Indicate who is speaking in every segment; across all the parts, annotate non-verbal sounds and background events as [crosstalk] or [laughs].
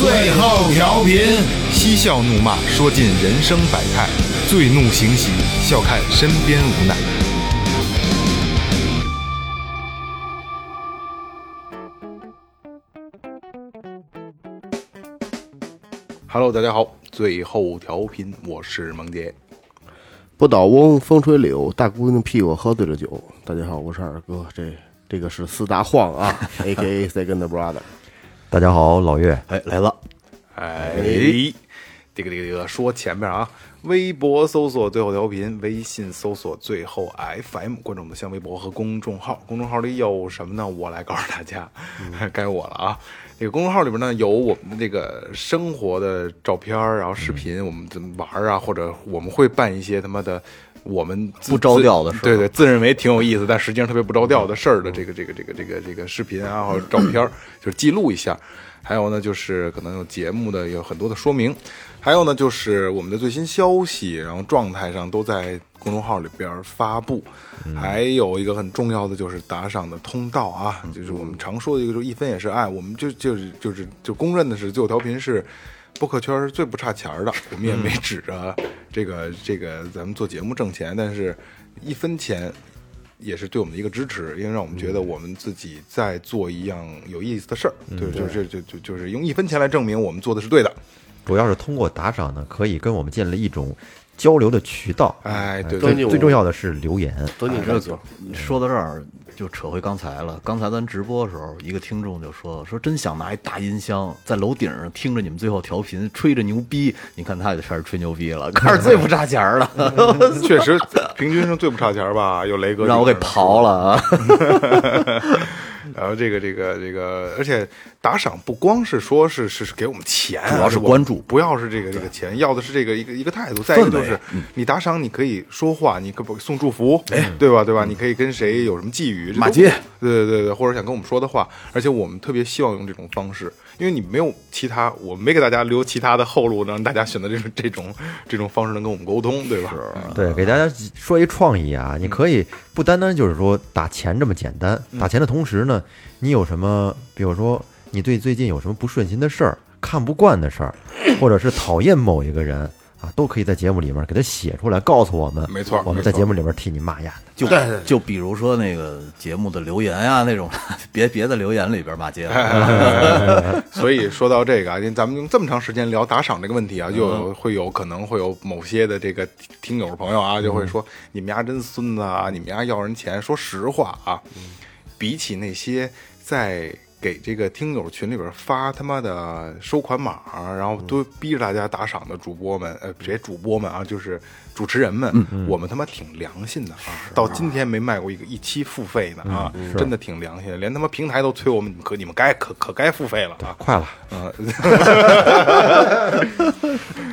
Speaker 1: 最后调频，嬉笑怒骂，说尽人生百态；醉怒行喜，笑看身边无奈。Hello，大家好，最后调频，我是萌杰。
Speaker 2: 不倒翁风吹柳，大姑娘屁股喝醉了酒。大家好，我是二哥，这这个是四大晃啊 [laughs] ，A K A Second Brother。
Speaker 3: 大家好，老岳，
Speaker 2: 哎，来了，
Speaker 1: 哎，这个这个这个，说前面啊，微博搜索最后调频，微信搜索最后 FM，关注我们的新浪微博和公众号。公众号里有什么呢？我来告诉大家，
Speaker 3: 嗯
Speaker 1: [laughs] 该我了啊。这个公众号里边呢，有我们的这个生活的照片儿，然后视
Speaker 3: 嗯
Speaker 1: 频，我们怎么玩儿啊，或者我们会办一些他妈的。我们自
Speaker 3: 不着调的事儿
Speaker 1: 对对，自认为挺有意思，但实际上特别不着调的事儿的这个这个这个这个这个视频啊，或者照片儿，就是记录一下。还有呢，就是可能有节目的有很多的说明，还有呢，就是我们的最新消息，然后状态上都在公众号里边儿发布。还有一个很重要的就是打赏的通道啊，就是我们常说的一个，就是一分也是爱，我们就就是就是就公认的是最后调频是。播客圈是最不差钱儿
Speaker 4: [laughs]
Speaker 1: 的，我们也
Speaker 4: 嗯
Speaker 1: 没指着这个这个咱们做节目挣钱，但是一分钱也是对我们的一个支持，因为让我们觉
Speaker 4: 嗯
Speaker 1: 得我们自己在做一样有意思的事儿，对，就就就就就是用一分钱来证明我们做的是对的。
Speaker 5: 主要是通过打赏呢，可以跟我们建立一种交流的渠道。
Speaker 1: 哎，对
Speaker 2: 对
Speaker 1: 对，
Speaker 2: 你
Speaker 5: 最最重要的是留言，
Speaker 2: 等你
Speaker 1: 没有
Speaker 2: 这
Speaker 1: 错，
Speaker 4: 说到这儿就扯回刚才了。刚才咱直播的时候，一个听众就说说真想拿一大音箱在楼顶上听着你们最后调频，吹着牛逼。你看他也就开始吹牛逼了，开始最不差钱
Speaker 1: [laughs]
Speaker 4: 儿了，
Speaker 1: 确实平均上最不差钱儿吧，有雷哥
Speaker 4: 让我给
Speaker 1: 这个人
Speaker 4: 刨了啊！
Speaker 1: 然后这个这个这个，而且打赏不光是说是是是给我们钱啊，
Speaker 4: 主要是
Speaker 1: 我们
Speaker 4: 关注
Speaker 1: 不要是这个这个钱，要的是这个一个一个态度。再一个就是，
Speaker 4: 嗯
Speaker 1: 你打赏你可以说话，你可不送祝福，对吧？对吧？你可以跟谁有什么寄语，这都
Speaker 4: 哎嗯骂街，
Speaker 1: 对对对对，或者想跟我们说的话，而且我们特别希望用这种方式，因为你没有其他，我没给大家留其他的后路，让大家选择这种这种这种方式能跟我们沟通，对吧？
Speaker 4: 啊
Speaker 1: 嗯
Speaker 5: 对，给大家说一创意啊，你可以不单单就是说打钱这么简单，
Speaker 1: 嗯
Speaker 5: 打钱的同时呢，你有什么，比如说你对最近有什么不顺心的事儿、看不惯的事
Speaker 1: [coughs]
Speaker 5: 儿，或者是讨厌某一个人啊，都可以在节目里面给他写出来，告诉我们，
Speaker 1: 没错
Speaker 5: 我们在节目里面替你骂呀
Speaker 4: 就就比如说那个节目的留言啊，那种别别的留言里边骂街
Speaker 1: 哎
Speaker 4: 了，
Speaker 1: [laughs] 所以说到这个啊，因为咱们用这么长时间聊打赏这个问题啊，就有会有可能会有某些的这个听友朋友啊，就会说、你们家真孙子啊，你们家要人钱。说实话啊，比起那些在给这个听友群里边发他妈的收款码，然后都逼着大家打赏的主播们，呃，别主播们啊，就是主持人们，我们他妈挺良心的啊，到今天没卖过一个一期付费的啊，真的挺良心的，连他妈平台都催我们，你们可你们该可可该付费了啊。
Speaker 5: 快了，
Speaker 1: 啊，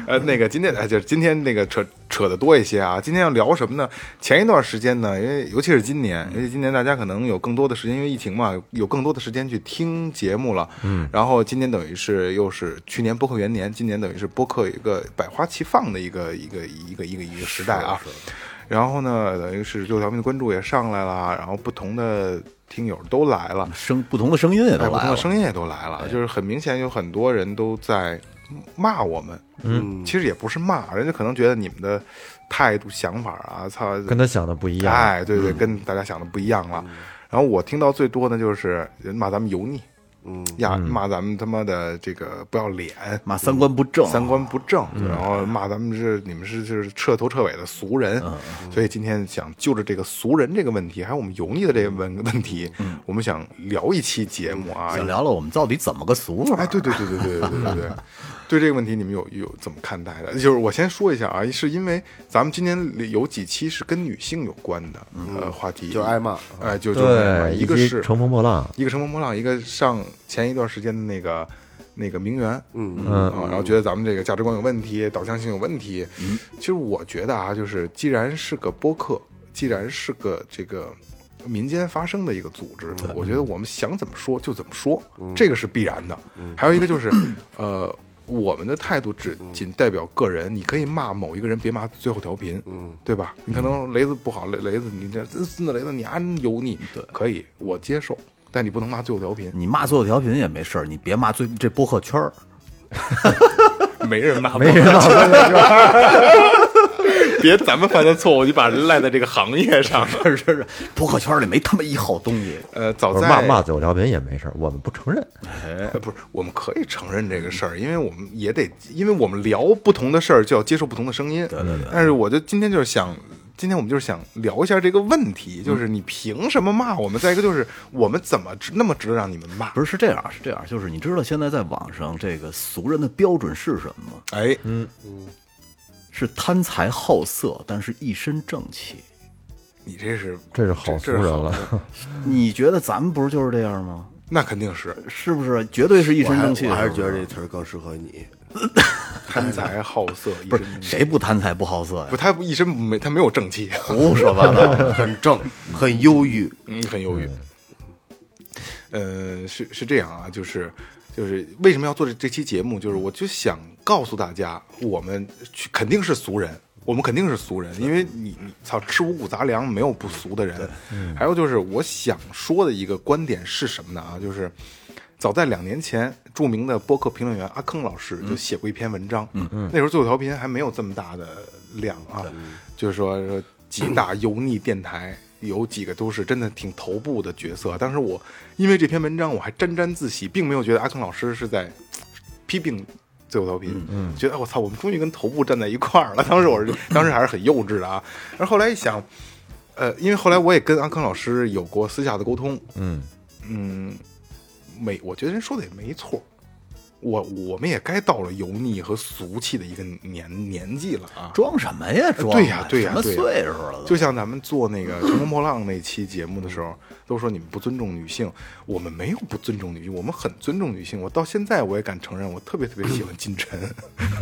Speaker 1: 呃，那个今天哎，就是今天那个扯扯的多一些啊。今天要聊什么呢？前一段时间呢，因为尤其是今年，因为今年大家可能有更多的时间，因为疫情嘛，有有更多的时间去听节目了。嗯，然后今年等于是又是去年播客元年，今年等于是播客一个百花齐放的一个一个一个一个一个时代啊。然后呢，等于是六条命的关注也上来了，然后不同的听友都来了，
Speaker 4: 声不同的声音也都
Speaker 1: 哎不
Speaker 4: 来
Speaker 1: 同
Speaker 4: 了
Speaker 1: 的。声音也都来了，就是很明显有很多人都在骂我们。嗯，其实也不是骂，人家可能觉得你们的态度、想法啊，操，
Speaker 5: 跟他想的不一样。
Speaker 1: 哎，对对，跟大家想的不一样了。然后我听到最多的就是人骂咱们油腻，嗯呀，骂咱们他妈的这个不要脸，
Speaker 4: 骂三观不正，啊
Speaker 1: 三观不正，然后骂咱们是你们是就是彻头彻尾的俗人，所以今天想就着这个俗人这个问题，还有我们油腻的这个问问题，我们想聊一期节目啊，
Speaker 4: 想聊聊我们到底怎么个俗法？
Speaker 1: [laughs] 哎，对对对对对对对对，对这个问题你们有有怎么看待的？就是我先说一下啊，是因为咱们今天有几期是跟女性有关的呃话题，
Speaker 2: 就挨骂，
Speaker 1: 哎就就挨骂
Speaker 5: 对，
Speaker 1: 一个
Speaker 5: 以及
Speaker 1: 是
Speaker 5: 乘风破浪，
Speaker 1: 一个乘风破浪，一个上前一段时间的那个那个名媛，嗯嗯啊，然后觉得咱们这个价值观有问题，导向性有问题。其实我觉得啊，就是既然是个播客，既然是个这个民间发生的一个组织，我觉得我们想怎么说就怎么说，这个是必然的。还有一个就是，呃。我们的态度只仅代表个人，你可以骂某一个人，别骂最后调频，嗯，对吧？你可能雷子不好，雷雷子你这孙子雷子你啊你油腻，对，可以我接受，但你不能骂最后调频，
Speaker 4: 你骂所有调频也没事儿，你别骂最这播客圈儿，
Speaker 1: 没人骂，
Speaker 5: 没人骂
Speaker 1: [laughs] 别咱们犯的错误，你把人赖在这个行业上。
Speaker 4: [laughs] 是是是，播客圈里没他妈一好东西。
Speaker 1: 呃，早
Speaker 5: 不是
Speaker 1: 在
Speaker 5: 骂骂走调频也没事儿，我们不承认。
Speaker 1: 呃不是，我们可以承认这个事儿，因为我们也得，因为我们聊不同的事儿，就要接受不同的声音。对对对。但是我就今天就是想，今天我们就是想聊一下这个问题，就是你凭什么骂我们？再一个就是我们怎么值那么值得让你们骂？
Speaker 4: 不是，是这样，是这样，就是你知道现在在网上这个俗人的标准是什么吗？
Speaker 1: 哎，
Speaker 5: 嗯
Speaker 4: 是贪财好色，但是一身正气。
Speaker 1: 你这是
Speaker 5: 这是好
Speaker 1: 这
Speaker 5: 俗人
Speaker 1: 好
Speaker 5: 了
Speaker 1: 人
Speaker 4: 你觉得咱们不是就是这样吗？
Speaker 1: 那肯定是
Speaker 4: 是不是？绝对是一
Speaker 2: 我
Speaker 4: 身
Speaker 2: 还
Speaker 4: 正气。
Speaker 2: 我还是觉得这词儿更适合你。
Speaker 5: [laughs]
Speaker 1: 贪财好色，一
Speaker 4: 不是
Speaker 1: 身
Speaker 4: 谁不贪财不好色呀
Speaker 1: 不，？他一身没他没有正
Speaker 5: [laughs]
Speaker 1: 气，
Speaker 2: 胡
Speaker 4: 哦
Speaker 2: 说八
Speaker 4: [laughs]
Speaker 2: 道，很正，很忧郁。
Speaker 1: 嗯，很犹豫。呃，是是这样啊，就是就是为什么要做这这期节目？就是我就想告诉大家，我们去肯定是俗人，我们肯定是俗人，因为你你操吃五谷杂粮，没有不俗的人。还有就是我想说的一个观点是什么呢？啊，就是。早在两年前，著名的播客评论员阿坑老师就写过一篇文章。嗯嗯，那时候最后调频还没有这么大的量啊，就是说说几大油腻电台。有几个都是真的挺头部的角色，当时我因为这篇文章我还沾沾自喜，并没有觉得阿坑老师是在批评最后调频，嗯，觉得哎我操，我们终于跟头部站在一块儿了。 [laughs] 当时我是当时还是很幼稚的啊，然后后来一想，呃，因为后来我也跟阿坑老师有过私下的沟通，
Speaker 5: 嗯
Speaker 1: 嗯，没，我觉得人说的也没错。我我们也该到了油腻和俗气的一个年年纪了啊！
Speaker 4: 装什么呀？装
Speaker 1: 对呀对呀
Speaker 4: 什么
Speaker 1: 对呀
Speaker 4: 岁数了都？
Speaker 1: 就像咱们做那个《乘风破浪》那期节目的时候，都说你们不尊重女性，我们没有不尊重女性，我们很尊重女性。我到现在我也敢承认，我特别特别喜欢金晨， [laughs]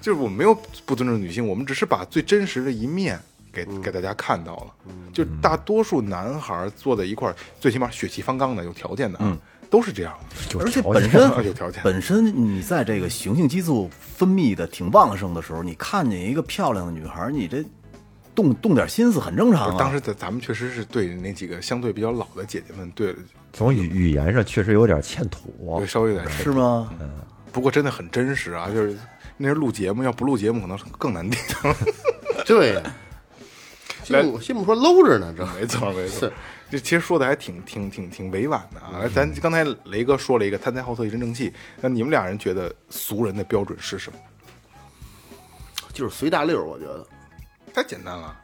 Speaker 1: 就是我没有不尊重女性，我们只是把最真实的一面给给大家看到了。就大多数男孩坐在一块儿，最起码血气方刚的、有条件的，啊，都是这样的。
Speaker 4: 而且
Speaker 5: 条
Speaker 4: 本
Speaker 5: 件啊
Speaker 1: [laughs]
Speaker 4: 身
Speaker 1: 有条件
Speaker 4: 本身你在这个雄性激素分泌的挺旺盛的时候，你看见一个漂亮的女孩，你这动动点心思很正常啊。
Speaker 1: 当时咱咱们确实是对那几个相对比较老的姐姐们，对
Speaker 5: 从语语言上确实有点欠土
Speaker 1: 对，稍微有点
Speaker 4: 是吗？
Speaker 1: 不过真的很真实啊，就是那时候录节目，要不录节目可能更难听。
Speaker 2: [laughs] 对，信不信不说搂着呢，这
Speaker 1: 没错，没错
Speaker 2: 是。
Speaker 1: 这其实说的还挺挺挺挺委婉的啊。咱刚才雷哥说了一个贪财好色一身正气，那你们俩人觉得俗人的标准是什么？
Speaker 2: 就是随大溜儿，我觉得
Speaker 1: 太简单了，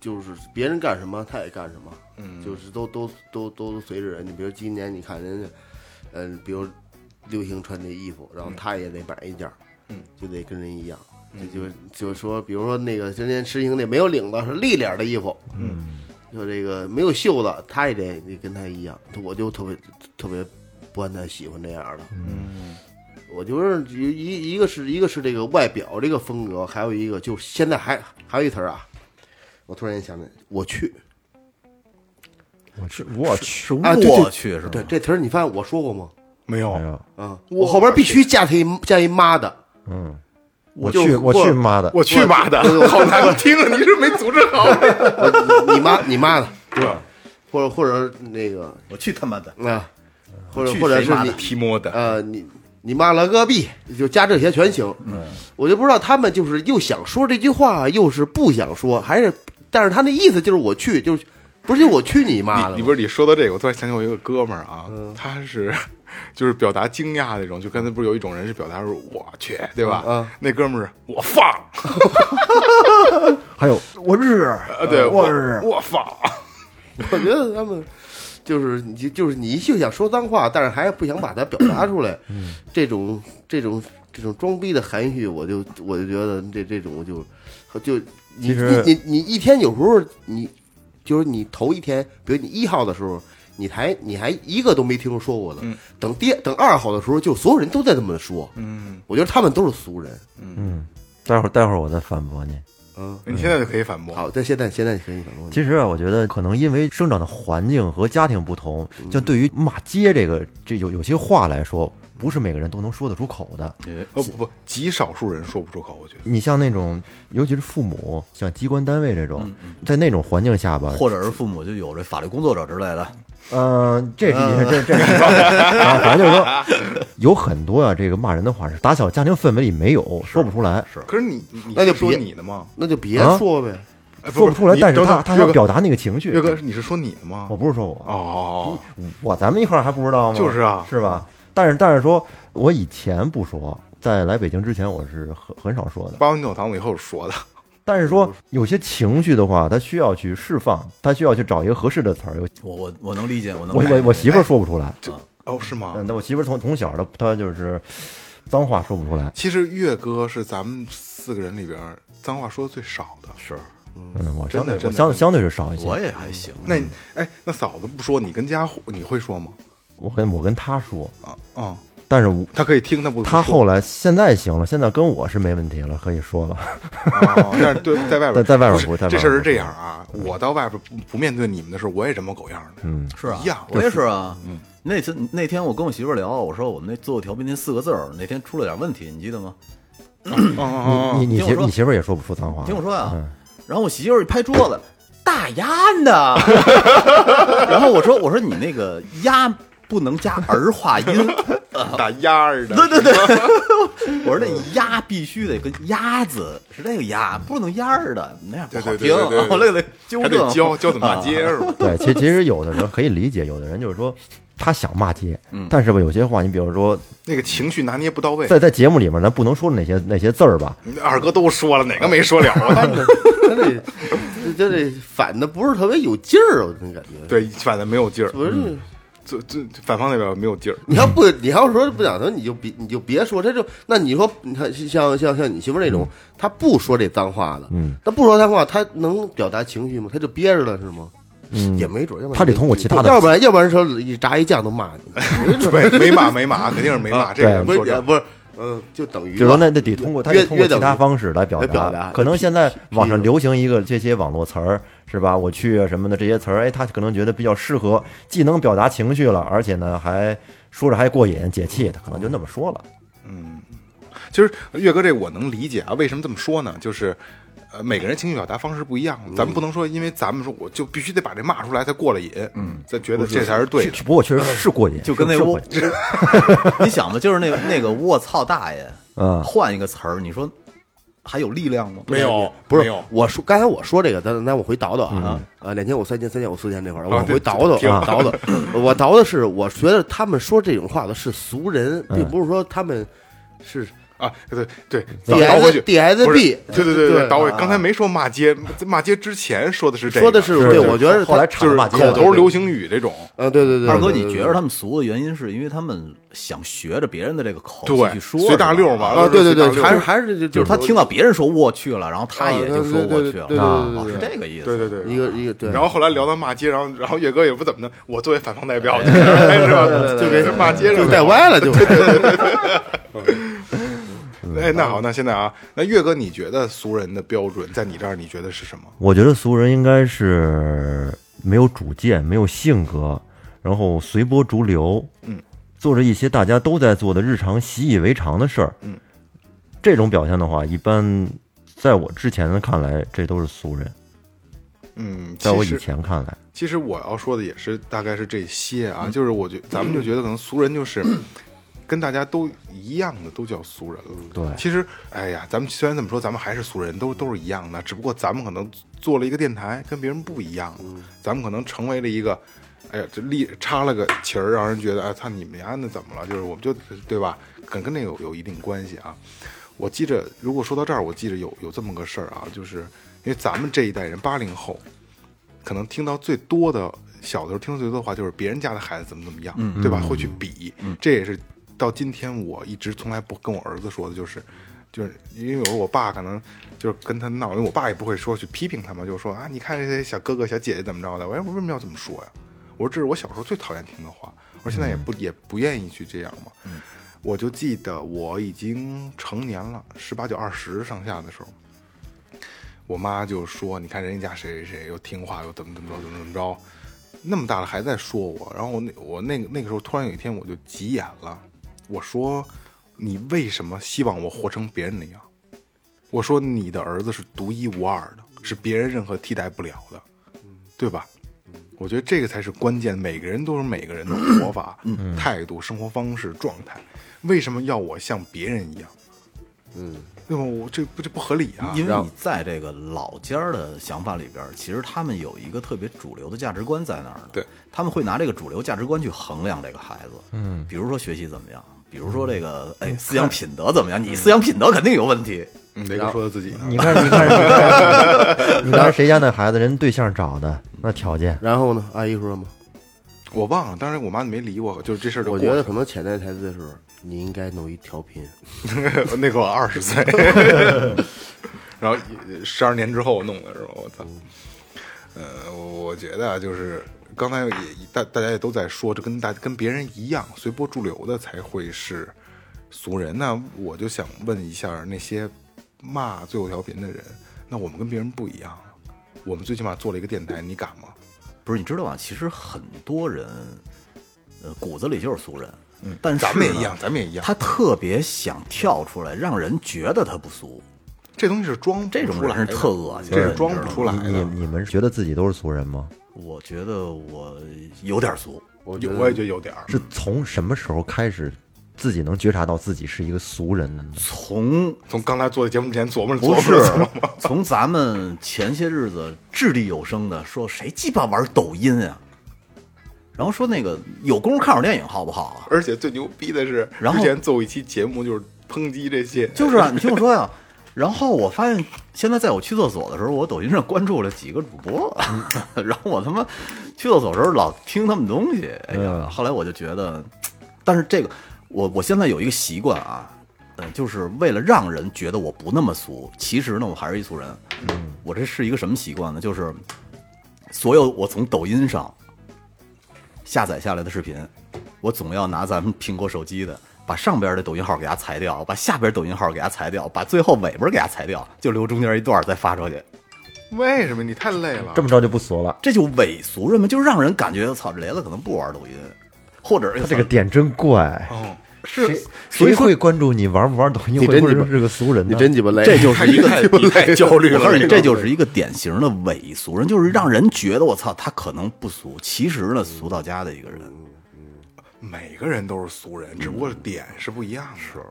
Speaker 2: 就是别人干什么他也干什么，嗯，就是都都都都随着人。你比如今年你看人家，嗯、比如流行穿这衣服，然后他也得买一件，嗯，就得跟人一样。就就就说，比如说那个今天实行那没有领子是立领的衣服，嗯，就这个没有袖子，他也得得跟他一样。我就特别特别不太喜欢这样的，嗯我就是一一个是一个是这个外表这个风格，还有一个就是现在还还有一词儿啊，我突然间想起来，我去
Speaker 5: 我去，我去，
Speaker 4: 是
Speaker 2: 啊，对对
Speaker 4: 我去是吗？
Speaker 2: 对这词儿，你发现我说过吗？
Speaker 1: 没有
Speaker 5: 哎呀，
Speaker 2: 啊，我后边必须加他一加一妈的，
Speaker 5: 我
Speaker 2: 就
Speaker 5: 去，我
Speaker 2: 过
Speaker 5: 去，妈的！
Speaker 1: 我去妈的，好难听啊！你是没组织好。
Speaker 2: 我你你妈你妈的，对吧？或者或者那个
Speaker 4: 我去他妈的！
Speaker 2: 啊，或者
Speaker 4: 去
Speaker 2: 或者
Speaker 4: 谁
Speaker 2: 是
Speaker 4: 妈的
Speaker 2: 你
Speaker 1: 提莫的，
Speaker 2: 呃，你你妈了个逼，就加这些全行。嗯，我就不知道他们就是又想说这句话，又是不想说，还是，但是他那意思就是我去，就是不是就我去你妈
Speaker 1: 你
Speaker 2: 的
Speaker 1: 你
Speaker 2: 吗？
Speaker 1: 不是你说到这个，我突然想起我一个哥们儿啊，他是 [laughs] 就是表达惊讶那种，就刚才不是有一种人是表达是我去，对吧？
Speaker 2: 嗯
Speaker 1: 那哥们儿是我放，
Speaker 5: 还有我日，
Speaker 1: 啊，对我
Speaker 5: 日，
Speaker 1: 我放，
Speaker 2: 我觉得他们就是你就就是你就想说脏话，但是还不想把它表达出来，
Speaker 5: 嗯
Speaker 2: [clears throat] 这种这种这种装逼的含蓄，我就我就觉得这这种就就你
Speaker 5: 其实
Speaker 2: 你你你一天有时候你就是你头一天，比如你一号的时候，你还你还一个都没听说过的。等第等二好的时候，就所有人都在这么说。嗯，我觉得他们都是俗人。
Speaker 5: 待会儿待会儿我再反驳你。
Speaker 2: 嗯，
Speaker 1: 你现在就可以反驳。
Speaker 2: 好，但现在现在可以反问你。
Speaker 5: 其实啊，我觉得可能因为生长的环境和家庭不同，就对于骂街这个这有有些话来说，不是每个人都能说得出口的。
Speaker 1: 哦不不，极少数人说不出口，我觉得。
Speaker 5: 你像那种，尤其是父母，像机关单位这种，在那种环境下吧，
Speaker 4: 或者是父母就有这法律工作者之类的，
Speaker 5: 嗯，这是一这这是一方 [laughs] 面，啊反正就是说，有很多啊，这个骂人的话是打小家庭氛围里没有，说不出来，是
Speaker 1: 可是你你你
Speaker 2: 那就是
Speaker 1: 说
Speaker 2: 别
Speaker 1: 你的吗？
Speaker 2: 那就别
Speaker 5: 啊
Speaker 2: 说呗。
Speaker 1: 哎
Speaker 5: 说
Speaker 1: 是
Speaker 5: 不出来，
Speaker 1: 你
Speaker 5: 但是
Speaker 1: 等
Speaker 5: 他
Speaker 1: 等
Speaker 5: 他
Speaker 1: 岳
Speaker 5: 要
Speaker 1: 哥
Speaker 5: 表达那个情绪。
Speaker 1: 岳哥，你是说你的吗？
Speaker 5: 我不是说我，
Speaker 1: 哦，
Speaker 5: 我咱们一块儿还不知道吗？
Speaker 1: 就是啊
Speaker 5: 是吧？但是但是说，我以前不说，在来北京之前，我是很很少说的。
Speaker 1: 八碗牛堂我以后说的，
Speaker 5: 但是说有些情绪的话，他需要去释放，他需要去找一个合适的词儿。有
Speaker 4: 我我我能理解， [laughs] 我能哎
Speaker 5: 我
Speaker 4: 理解
Speaker 5: 我我媳妇儿说不出来，
Speaker 1: 哦是吗？
Speaker 5: 嗯，那我媳妇儿从从小她她就是脏话说不出来，
Speaker 1: 其实岳哥是咱们四个人里边儿脏话说的最少的。
Speaker 4: 是，
Speaker 5: 嗯，我相对
Speaker 1: 真的
Speaker 5: 我
Speaker 1: 真的
Speaker 5: 相相对是少一些。
Speaker 4: 我也还行，
Speaker 1: 那你哎，那嫂子不说，你跟家伙你会说吗？
Speaker 5: 我跟我跟她说，
Speaker 1: 啊啊，
Speaker 5: 但是我
Speaker 1: 他可以听，他不
Speaker 5: 她
Speaker 1: 说
Speaker 5: 后来现在行了，现在跟我是没问题了，可以说了。
Speaker 1: 哦，但是对，在外边儿，
Speaker 5: 在在外边儿
Speaker 1: 是
Speaker 5: 不在外边儿
Speaker 1: 这事儿是
Speaker 5: 不
Speaker 1: 这样啊，我到外边儿不不面对你们的时候，我也人模狗样的，嗯，
Speaker 4: 是啊
Speaker 1: 一样，嗯
Speaker 4: 我也是啊。那次那天我跟我媳妇儿聊，我说我们那做调频那四个字儿，那天出了点问题，你记得吗？
Speaker 1: 嗯
Speaker 5: 你你你
Speaker 4: 嗯听我
Speaker 5: 媳
Speaker 4: 说
Speaker 5: 你媳妇儿也说不出脏话，
Speaker 4: 听我说啊
Speaker 5: 嗯，
Speaker 4: 然后我媳妇儿一拍桌子，大鸭呢？ [laughs] 然后我说我说你那个鸭不能加儿
Speaker 1: [laughs]
Speaker 4: 化音，
Speaker 1: 打鸭儿的，
Speaker 4: 对对对， [laughs] 我说那鸭必须得跟鸭子是那个鸭，不能鸭儿的，那样不好
Speaker 1: 对对
Speaker 4: 听，
Speaker 1: 对对
Speaker 4: [laughs]
Speaker 1: 对
Speaker 4: 我得得纠
Speaker 1: 还得
Speaker 4: 正，
Speaker 1: 教教怎么骂街是吧？
Speaker 5: [laughs] 对，其其实有的人可以理解，有的人就是说他想骂街，
Speaker 2: 嗯
Speaker 5: 但是吧，有些话你比如说
Speaker 1: 那个情绪拿捏不到位，
Speaker 5: 在在节目里面咱不能说那些那些字儿
Speaker 2: 嗯
Speaker 5: 吧，
Speaker 1: 二哥都说了，哪个没说了啊？
Speaker 2: 真的，这这反的不是特别有劲儿，我真感觉。
Speaker 1: [laughs] 对，反正没有劲儿，
Speaker 2: 不是，
Speaker 5: 嗯
Speaker 1: 这这反方那边没有劲儿，
Speaker 2: 你要不你要说不想说，你就别你就别说，这就那你说你看像像像你媳妇儿那
Speaker 5: 嗯
Speaker 2: 种，她不说这脏话了，嗯，她不说脏话，她能表达情绪吗？她就憋着了是吗？嗯，也没准，要不然
Speaker 5: 她得通过其他的
Speaker 2: 要不然要不然说一炸一酱都骂你，没准
Speaker 1: 没没骂没骂，肯定是没骂，这个
Speaker 5: 对
Speaker 2: [laughs] 不
Speaker 1: 说
Speaker 2: 是
Speaker 1: 着
Speaker 2: 不是，嗯，就等于
Speaker 5: 比如说那那得通过他
Speaker 2: 约
Speaker 5: 得通过
Speaker 2: 约等
Speaker 5: 其
Speaker 2: 于
Speaker 5: 他方式来表
Speaker 2: 来表达
Speaker 5: 可能现在网上流行一个这些网络词儿是吧？我去啊什么的这些词儿，哎，他可能觉得比较适合，既能表达情绪了，而且呢还说着还过瘾解气，他可能就那么说了。
Speaker 1: 其实岳哥这我能理解啊，为什么这么说呢？就是。呃，每个人情绪表达方式不一样，咱们不能说，因为咱们说我就必须得把这骂出来才过了瘾，嗯，才觉得这才是对的。
Speaker 5: 不过确实是过瘾，
Speaker 4: [laughs] 就跟那
Speaker 5: 是过
Speaker 4: 我
Speaker 5: 瘾，
Speaker 4: [laughs] 你想吧，就是那个那个我操大爷，
Speaker 5: 嗯
Speaker 4: 换一个词儿，你说还有力量吗？
Speaker 1: 没有，
Speaker 2: 不
Speaker 1: 没
Speaker 2: 是
Speaker 1: 有，嗯
Speaker 2: 我说刚才我说这个，咱咱我回倒倒啊啊，两千我三千，三千我四千这会儿，我
Speaker 1: 啊
Speaker 2: 回
Speaker 1: 对
Speaker 2: 倒倒
Speaker 1: 听
Speaker 2: 啊倒倒，
Speaker 1: [laughs]
Speaker 2: 我倒的是，我觉得他们说这种话的是俗人，
Speaker 1: 嗯
Speaker 2: 并不是说他们是
Speaker 1: 啊，对对，
Speaker 2: D
Speaker 1: 倒回
Speaker 2: S
Speaker 1: 去
Speaker 2: D S
Speaker 1: 不是
Speaker 2: B，
Speaker 1: 对对对
Speaker 2: 对，
Speaker 1: 倒回。
Speaker 2: 啊
Speaker 1: 刚才没说骂街，骂街之前说的是这个，
Speaker 2: 说的是对，
Speaker 5: 是
Speaker 2: 我觉得
Speaker 5: 后来
Speaker 2: 他
Speaker 5: 查
Speaker 1: 就
Speaker 5: 了
Speaker 1: 是
Speaker 5: 骂街
Speaker 1: 口
Speaker 5: 了
Speaker 1: 头流行语这种，
Speaker 2: 啊，对对对，
Speaker 4: 二哥，
Speaker 2: 对
Speaker 4: 你觉得他们俗的原因是因为他们想学着别人的这个口气去
Speaker 1: 对，
Speaker 4: 说，
Speaker 1: 随大溜儿
Speaker 4: 是吧
Speaker 1: 嘛，
Speaker 2: 啊，对对对，
Speaker 1: 随大溜儿
Speaker 2: 还是还是就
Speaker 4: 就是他听到别人说我去了，然后他
Speaker 1: 啊
Speaker 4: 也就说我去了，
Speaker 2: 对对对对
Speaker 4: 啊
Speaker 2: 对对
Speaker 4: 是
Speaker 2: 对
Speaker 4: 这个意思。
Speaker 1: 对对对，
Speaker 2: 一个一个对，
Speaker 1: 然后后来聊到骂街，然后然后岳哥也不怎么的，我作为反方代表，是吧？就给骂街上
Speaker 2: 就带歪了就。
Speaker 1: 哎，那好，那现在啊，那岳哥，你觉得俗人的标准在你这儿，你觉得是什么？
Speaker 5: 我觉得俗人应该是没有主见、没有性格，然后随波逐流，
Speaker 1: 嗯，
Speaker 5: 做着一些大家都在做的日常习以为常的事儿，
Speaker 1: 嗯，
Speaker 5: 这种表现的话，一般在我之前看来，这都是俗人，
Speaker 1: 嗯，
Speaker 5: 在我
Speaker 1: 其
Speaker 5: 以
Speaker 1: 实
Speaker 5: 前看来，
Speaker 1: 其实我要说的也是大概是这些啊，就是我觉咱们就觉得可能俗人就是。跟大家都一样的都叫俗人了。
Speaker 5: 对
Speaker 1: 其实，哎呀，咱们虽然这么说，咱们还是俗人，都都是一样的，只不过咱们可能做了一个电台，跟别人不一样，咱们可能成为了一个，哎呀，这立插了个旗儿，让人觉得，哎，操你们家那怎么了？就是我们就对吧？跟跟那个有有一定关系啊。我记着，如果说到这儿，我记着有有这么个事儿啊，就是因为咱们这一代人八零后，可能听到最多的，小的时候听到最多的话就是别人家的孩子怎么怎么样，对吧？会去比，这也是到今天我一直从来不跟我儿子说的，就是。就是因为有时候我爸可能就是跟他闹，因为我爸也不会说去批评他嘛，就说啊，你看这些小哥哥小姐姐怎么着的，我说我为什么要这么说呀？我说这是我小时候最讨厌听的话，我说现在也不、也不愿意去这样嘛。我就记得我已经成年了，十八九二十上下的时候，我妈就说：“你看人家家谁谁谁又听话又怎么怎么着怎么怎么着，那么大了还在说我。”然后我那我那个那个时候突然有一天我就急眼了，我说：“你为什么希望我活成别人那样？”我说：“你的儿子是独一无二的，是别人任何替代不了的，对吧？”我觉得这个才是关键，每个人都是每个人的活法、
Speaker 4: 嗯
Speaker 1: 态度、生活方式、状态。为什么要我像别人一样？嗯，对吧？我这不这不合理啊！
Speaker 4: 因为你在这个老家儿的想法里边儿，其实他们有一个特别主流的价值观在那儿呢。
Speaker 1: 对，
Speaker 4: 他们会拿这个主流价值观去衡量这个孩子。嗯，比如说学习怎么样，比如说
Speaker 1: 嗯
Speaker 4: 这个哎思想品德怎么样，你思想品德肯定有问题。
Speaker 1: 你嗯雷哥说的自己呢，
Speaker 5: 你看，你看，你看， [laughs] 你看谁家那孩子，人对象找的那条件，
Speaker 2: 然后呢，阿姨说嘛，
Speaker 1: 我忘了，当时我妈没理我，就是这事儿就
Speaker 2: 我
Speaker 1: 过
Speaker 2: 觉得
Speaker 1: 了。
Speaker 2: 可能潜在台词的时候，你应该弄一调频，
Speaker 1: [laughs] 那个我二十
Speaker 4: [laughs]
Speaker 1: 岁，然后十二年之后我弄的时候，我操，呃，我觉得啊，就是刚才也大大家也都在说，这跟大跟别人一样，随波逐流的才会是俗人。那我就想问一下那些骂最后调频的人，那我们跟别人不一样，我们最起码做了一个电台，你敢吗？
Speaker 4: 不是，你知道吧？其实很多人，呃，骨子里就是俗人。嗯，但是
Speaker 1: 咱们也
Speaker 4: 呢
Speaker 1: 一样，咱们也一样。
Speaker 4: 他特别想跳出来，让人觉得他不俗。
Speaker 1: 这东西是装不
Speaker 4: 这种
Speaker 1: 出来
Speaker 4: 人
Speaker 1: 的，
Speaker 4: 是特恶心的，
Speaker 1: 这是装不出来
Speaker 5: 你
Speaker 1: 的。
Speaker 5: 你们觉得自己都是俗人吗？
Speaker 4: 我觉得我有点俗，
Speaker 1: 我我也觉得有点儿，
Speaker 5: 是从什么时候开始，自己能觉察到自己是一个俗人的呢？
Speaker 4: 嗯
Speaker 1: [laughs]
Speaker 4: 从
Speaker 1: 从刚才做节目之前琢磨着琢
Speaker 4: 不
Speaker 1: 磨
Speaker 4: 是
Speaker 1: 着琢磨着，
Speaker 4: [laughs] 从咱们前些日子掷地有声的说谁鸡巴玩抖音啊，然后说那个有功夫看会儿电影好不好啊？
Speaker 1: 而且最牛逼的是，
Speaker 4: 然后
Speaker 1: 之前做一期节目就是抨击这些，
Speaker 4: 就是啊，你听我说呀。然后我发现，现在在我去厕所的时候，我抖音上关注了几个主播， [laughs] 然后我他妈去厕所的时候老听他们东西。哎呀，后来我就觉得，但是这个我我现在有一个习惯啊，嗯，就是为了让人觉得我不那么俗，其实呢我还是一俗人。嗯，我这是一个什么习惯呢？就是所有我从抖音上下载下来的视频，我总要拿咱们苹果手机的，把上边的抖音号给它裁掉，把下边抖音号给它裁掉，把最后尾巴给它裁掉，就留中间一段再发出去，
Speaker 1: 为什么你太累了？
Speaker 5: 这么着就不俗了，
Speaker 4: 这就伪俗人嘛，就让人感觉操，这雷子可能不玩抖音，或者
Speaker 5: 他这个点真怪。
Speaker 1: 哦，
Speaker 5: 谁
Speaker 1: 是
Speaker 5: 谁会关注你玩不玩抖音？
Speaker 2: 你
Speaker 5: 会
Speaker 2: 真
Speaker 5: 不会
Speaker 2: 鸡巴
Speaker 5: 是个俗人
Speaker 2: 你
Speaker 5: 呢？
Speaker 2: 真鸡巴累，
Speaker 4: 这就是一个
Speaker 1: 太你太焦虑了
Speaker 4: 我告诉你，
Speaker 1: 这
Speaker 4: 这
Speaker 1: 个
Speaker 4: 就是一个典型的伪俗人，就是让人觉得我操，他可能不俗，其实呢，俗到家的一个人。
Speaker 1: 每个人都是俗人，只不过是点是不一样的。是，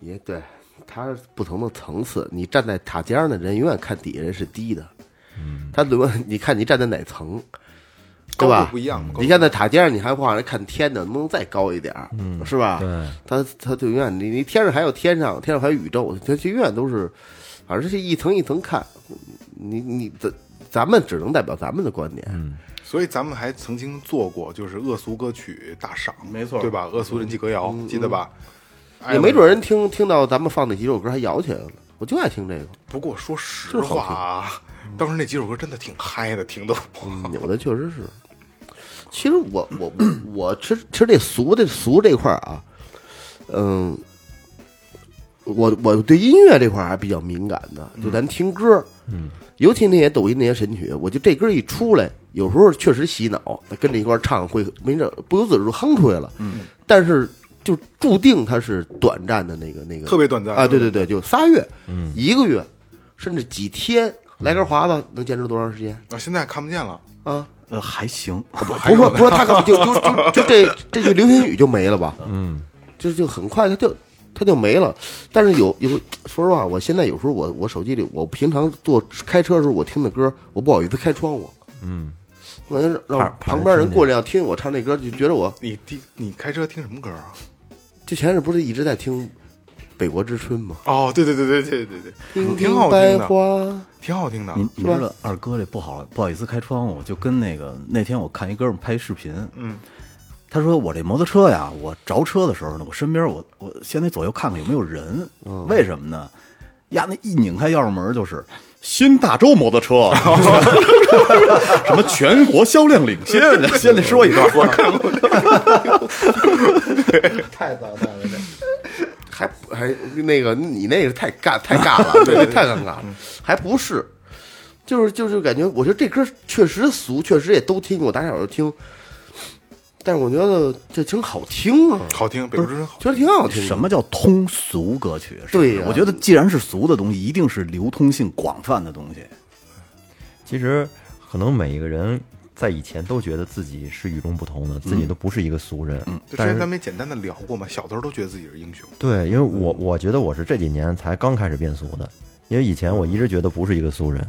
Speaker 2: 也对，他不同的层次，你站在塔尖上的人，永远看底下人是低的。他怎么？ [laughs] 你看你站在哪层，对
Speaker 1: 高
Speaker 2: 吧
Speaker 1: 度？不一样嘛高度
Speaker 2: 你看在塔尖上，你还往上看天呢，能不能再高一点儿？是吧？对，他他就永远你你天上还有天上，天上还有宇宙，他就永远都是，反正是一层一层看。你你咱咱们只能代表咱们的观点。
Speaker 1: 所以咱们还曾经做过就是恶俗歌曲大赏，
Speaker 4: 没错
Speaker 1: 对吧？恶俗人气歌谣，记得吧？哎
Speaker 2: 嗯也没准人听听到咱们放那几首歌还摇起来了，我就爱听这个。
Speaker 1: 不过说实话啊，当时那几首歌真的挺嗨的，挺逗。
Speaker 2: 嗯有的确实是。其实我我我我吃吃这俗的俗这块儿啊，嗯，我我对音乐这块儿还比较敏感的，就咱听歌，嗯，尤其那些抖音那些神曲，我就这歌一出来，有时候确实洗脑，跟着一块儿唱会没准不由自主就哼出来了，嗯，但是就注定它是短暂的那个那个
Speaker 1: 特别短暂
Speaker 2: 啊，对对对，就仨月，嗯，一个月，甚至几天，来根华子能坚持多长时间
Speaker 1: 啊，现在看不见了，
Speaker 2: 啊？
Speaker 4: 呃，还行，
Speaker 2: 不说不说，他可能就就就就这这句流星雨就没了吧？嗯，就就很快他就他就没了。但是有有，说实话，我现在有时候我我手机里，我平常坐开车的时候我听的歌，我不好意思开窗户。嗯，我感觉让
Speaker 5: 怕
Speaker 2: 旁边人过来要听我唱这歌，就觉得我
Speaker 1: 你听你开车听什么歌啊？
Speaker 2: 就前阵不是一直在听《北国之春》吗？
Speaker 1: 哦，对对对对对对对，挺好
Speaker 2: 白
Speaker 1: 听的，
Speaker 2: 花，
Speaker 1: 挺好听的。
Speaker 5: 嗯
Speaker 4: 你你知道二哥这不好不好意思开窗户，就跟那个那天我看一哥们拍视频，嗯，他说我这摩托车呀，我着车的时候呢，我身边我
Speaker 2: 嗯
Speaker 4: 我先得左右看看有没有人，为什么呢？呀，那一拧开钥匙门就是新大洲摩托车， [laughs] 什么全国销量领先，先得说一段。
Speaker 2: 太操蛋了，这还不还那个你那个太尬太尬了，对，太尴尬了，还不是，就是就是感觉，我觉得这歌确实俗，确实也都听过，打小就听，但是我觉得这挺好听啊，
Speaker 1: 好听，北京之声好
Speaker 2: 觉得挺好听的。
Speaker 4: 什么叫通俗歌曲？是不是
Speaker 2: 对呀
Speaker 4: 我觉得既然是俗的东西，一定是流通性广泛的东西。
Speaker 5: 其实可能每一个人在以前都觉得自己是与众不同的，自己都不是一个俗人。嗯
Speaker 1: 就之
Speaker 5: 但
Speaker 1: 前
Speaker 5: 是
Speaker 1: 咱们也简单的聊过嘛，小的时候都觉得自己是英雄，
Speaker 5: 对，因为我
Speaker 1: 嗯
Speaker 5: 我觉得我是这几年才刚开始变俗的，因为以前我一直觉得不是一个俗人。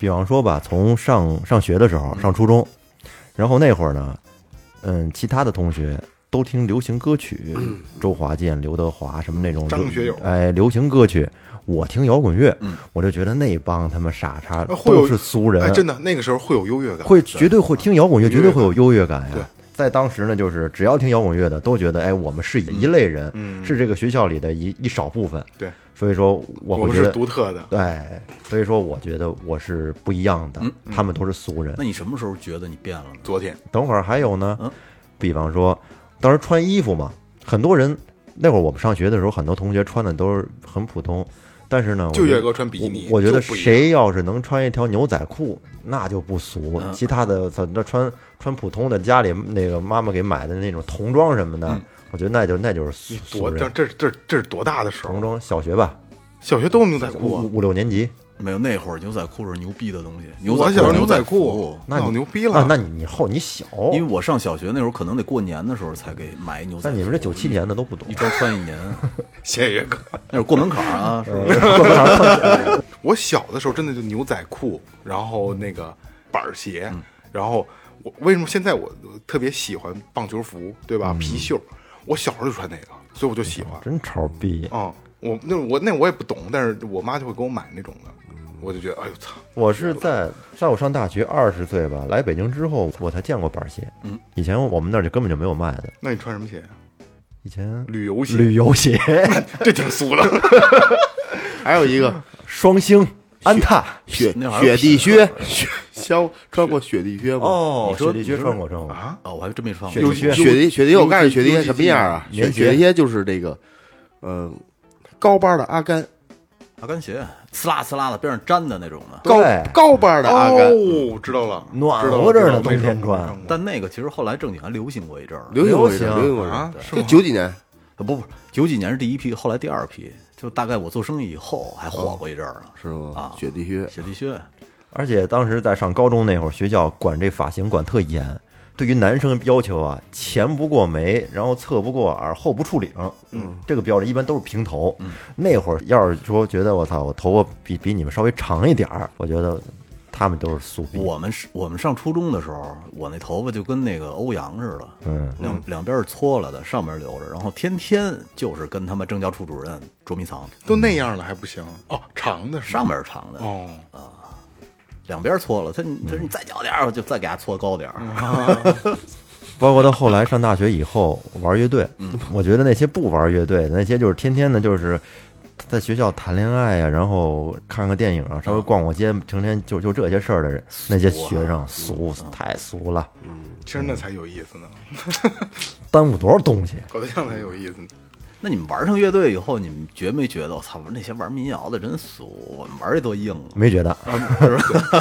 Speaker 5: 比方说吧，从上上学的时
Speaker 1: 嗯
Speaker 5: 候，上初中，然后那会儿呢，嗯，其他的同学都听流行歌曲，周华健、刘德华什么那种
Speaker 1: 嗯张学友嗯
Speaker 5: 哎，流行歌曲。我听摇滚乐，我就觉得那帮他们傻叉
Speaker 1: 呃会有
Speaker 5: 都是俗人，
Speaker 1: 哎，真的那个时候会有优越感，
Speaker 5: 会绝对会听摇滚乐，绝对会有优越感
Speaker 1: 对
Speaker 5: 呀。在当时呢，就是只要听摇滚乐的，都觉得哎，我们是一类人，是这个学校里的一一少部分。
Speaker 1: 嗯对，
Speaker 5: 所以说我
Speaker 1: 我
Speaker 5: 会觉
Speaker 1: 们是
Speaker 5: 得
Speaker 1: 独特的，
Speaker 5: 对，所以说我觉得我是不一样的，
Speaker 1: 嗯
Speaker 5: 他们都是俗人
Speaker 4: 那。你什么时候觉得你变了呢？
Speaker 1: 昨天
Speaker 5: 等会儿还有
Speaker 1: 嗯
Speaker 5: 呢，比方说当时穿衣服嘛，很多人那会儿我们上学的时候，很多同学穿的都是很普通，但是呢，我
Speaker 1: 就
Speaker 5: 觉
Speaker 1: 岳
Speaker 5: 得
Speaker 1: 哥穿比基尼，
Speaker 5: 我我觉得
Speaker 1: 就不一样
Speaker 5: 谁要是能穿一条牛仔裤，那就不俗。
Speaker 1: 嗯
Speaker 5: 其他的，操，那穿穿普通的，家里那个妈妈给买的那种童装什么的，我觉得那就那就是俗俗
Speaker 1: 嗯多这
Speaker 5: 人。
Speaker 1: 这这这是多大的时
Speaker 5: 童
Speaker 1: 候？
Speaker 5: 装小学吧，
Speaker 1: 小学都有牛仔
Speaker 5: 五
Speaker 1: 裤啊，
Speaker 5: 五五六年级，
Speaker 4: 没有，那会儿牛仔裤是牛逼的东西。牛仔
Speaker 1: 我
Speaker 4: 裤
Speaker 1: 小时候牛
Speaker 4: 牛
Speaker 1: 仔
Speaker 4: 裤
Speaker 1: 裤，，
Speaker 5: 那
Speaker 1: 老
Speaker 5: 你
Speaker 1: 牛逼了
Speaker 5: 那那你你后你小，
Speaker 4: 因为我上小学那会儿可能得过年的时候才给买一牛仔
Speaker 5: 那
Speaker 4: 裤。
Speaker 5: 你们这九七年的都不懂
Speaker 4: 一。周穿一年， [laughs]
Speaker 1: 谢谢岳哥。
Speaker 4: 那是过门槛
Speaker 5: 嗯
Speaker 4: 儿啊，是不是？
Speaker 1: 我小的时候真的就牛仔裤，然后那个板儿鞋，
Speaker 5: 嗯
Speaker 1: 然后我为什么现在我特别喜欢棒球服，对
Speaker 5: 嗯
Speaker 1: 吧？皮袖，我小时候就穿那个，所以我就喜欢。
Speaker 5: 真潮逼！
Speaker 1: 嗯，我那我那我也不懂，但是我妈就会给我买那种的，我就觉得哎呦操，
Speaker 5: 我是在在我上大学二十岁吧，来北京之后，我才见过板鞋。嗯，以前我们那儿就根本就没有卖的。
Speaker 1: 那你穿什么鞋啊？
Speaker 5: 以前
Speaker 1: 旅游鞋，
Speaker 5: 旅游 [laughs] 鞋、
Speaker 1: 这挺俗的。
Speaker 2: 还有一个
Speaker 5: 双星、安踏，
Speaker 2: 雪
Speaker 4: 那玩意儿
Speaker 2: 雪地靴，雪消穿过雪地靴吗？
Speaker 5: 哦
Speaker 4: 你说
Speaker 5: 雪地靴穿过穿过 [laughs] 啊，
Speaker 4: 啊，我还真没穿
Speaker 5: 雪地
Speaker 4: 过。
Speaker 5: 靴
Speaker 2: 雪地雪地，我告诉你，雪地
Speaker 1: 尤
Speaker 2: 鞋
Speaker 1: 其
Speaker 2: 什么样啊？
Speaker 5: 棉
Speaker 2: 雪
Speaker 5: 鞋
Speaker 2: 雪地鞋就是这个，嗯，高帮的阿甘，
Speaker 4: 阿甘鞋，呲啦呲啦的，边上粘的那种的。
Speaker 2: 高
Speaker 5: 对
Speaker 2: 高帮的阿甘，
Speaker 1: 哦，知道了，
Speaker 5: 嗯暖
Speaker 1: 知道了
Speaker 5: 和着呢
Speaker 1: 知道了
Speaker 5: 冬天
Speaker 1: 没
Speaker 5: 穿
Speaker 1: 没过
Speaker 4: 但那个其实后来正经还流行过一阵儿，
Speaker 2: 流行过一阵
Speaker 5: 流
Speaker 2: 儿，
Speaker 5: 行
Speaker 2: 流行过一阵儿
Speaker 1: 啊，是
Speaker 2: 就
Speaker 1: 吗？
Speaker 2: 九几年，
Speaker 4: 啊不不，九几年是第一批，后来第二批，就大概我做生意以后还火过一阵儿呢。
Speaker 2: 是吗
Speaker 4: 啊？
Speaker 2: 雪地靴，
Speaker 4: 雪地靴，
Speaker 5: 而且当时在上高中那会儿，学校管这发型管特严，对于男生要求啊，前不过眉，然后侧不过耳，后不触领，嗯，这个标准一般都是平头。那会儿要是说觉得我操，我头发比比你们稍微长一点儿，我觉得他们都是俗
Speaker 1: 嗯
Speaker 5: 逼。
Speaker 4: 我们是我们上初中的时候，我那头发就跟那个欧阳似的，
Speaker 5: 嗯，
Speaker 4: 两两边是搓了的，上面留着，然后天天就是跟他们政教处主任捉迷藏，
Speaker 1: 都那样了还不行哦，长的是吗
Speaker 4: 上面是长的，
Speaker 1: 哦，嗯
Speaker 4: 两边搓了，他他说你再脚点儿，我就再给他搓高点儿。
Speaker 5: 包括到后来上大学以后玩乐队，
Speaker 1: 嗯
Speaker 5: 我觉得那些不玩乐队的，那些就是天天的，就是在学校谈恋爱呀、然后看看电影啊，稍微逛逛街，成天就就这些事儿的人，
Speaker 1: 啊
Speaker 5: 那些学生俗太俗了，
Speaker 1: 嗯
Speaker 5: [laughs]
Speaker 1: 其实那才有意思呢，
Speaker 5: 耽误多少东西。
Speaker 1: 搞对象才有意
Speaker 5: [laughs]
Speaker 1: 思呢。
Speaker 4: 那你们玩上乐队以后，你们觉没觉得我操，那些玩民谣的真俗，我们玩的多
Speaker 1: [laughs]
Speaker 4: 硬啊！
Speaker 5: 没觉得，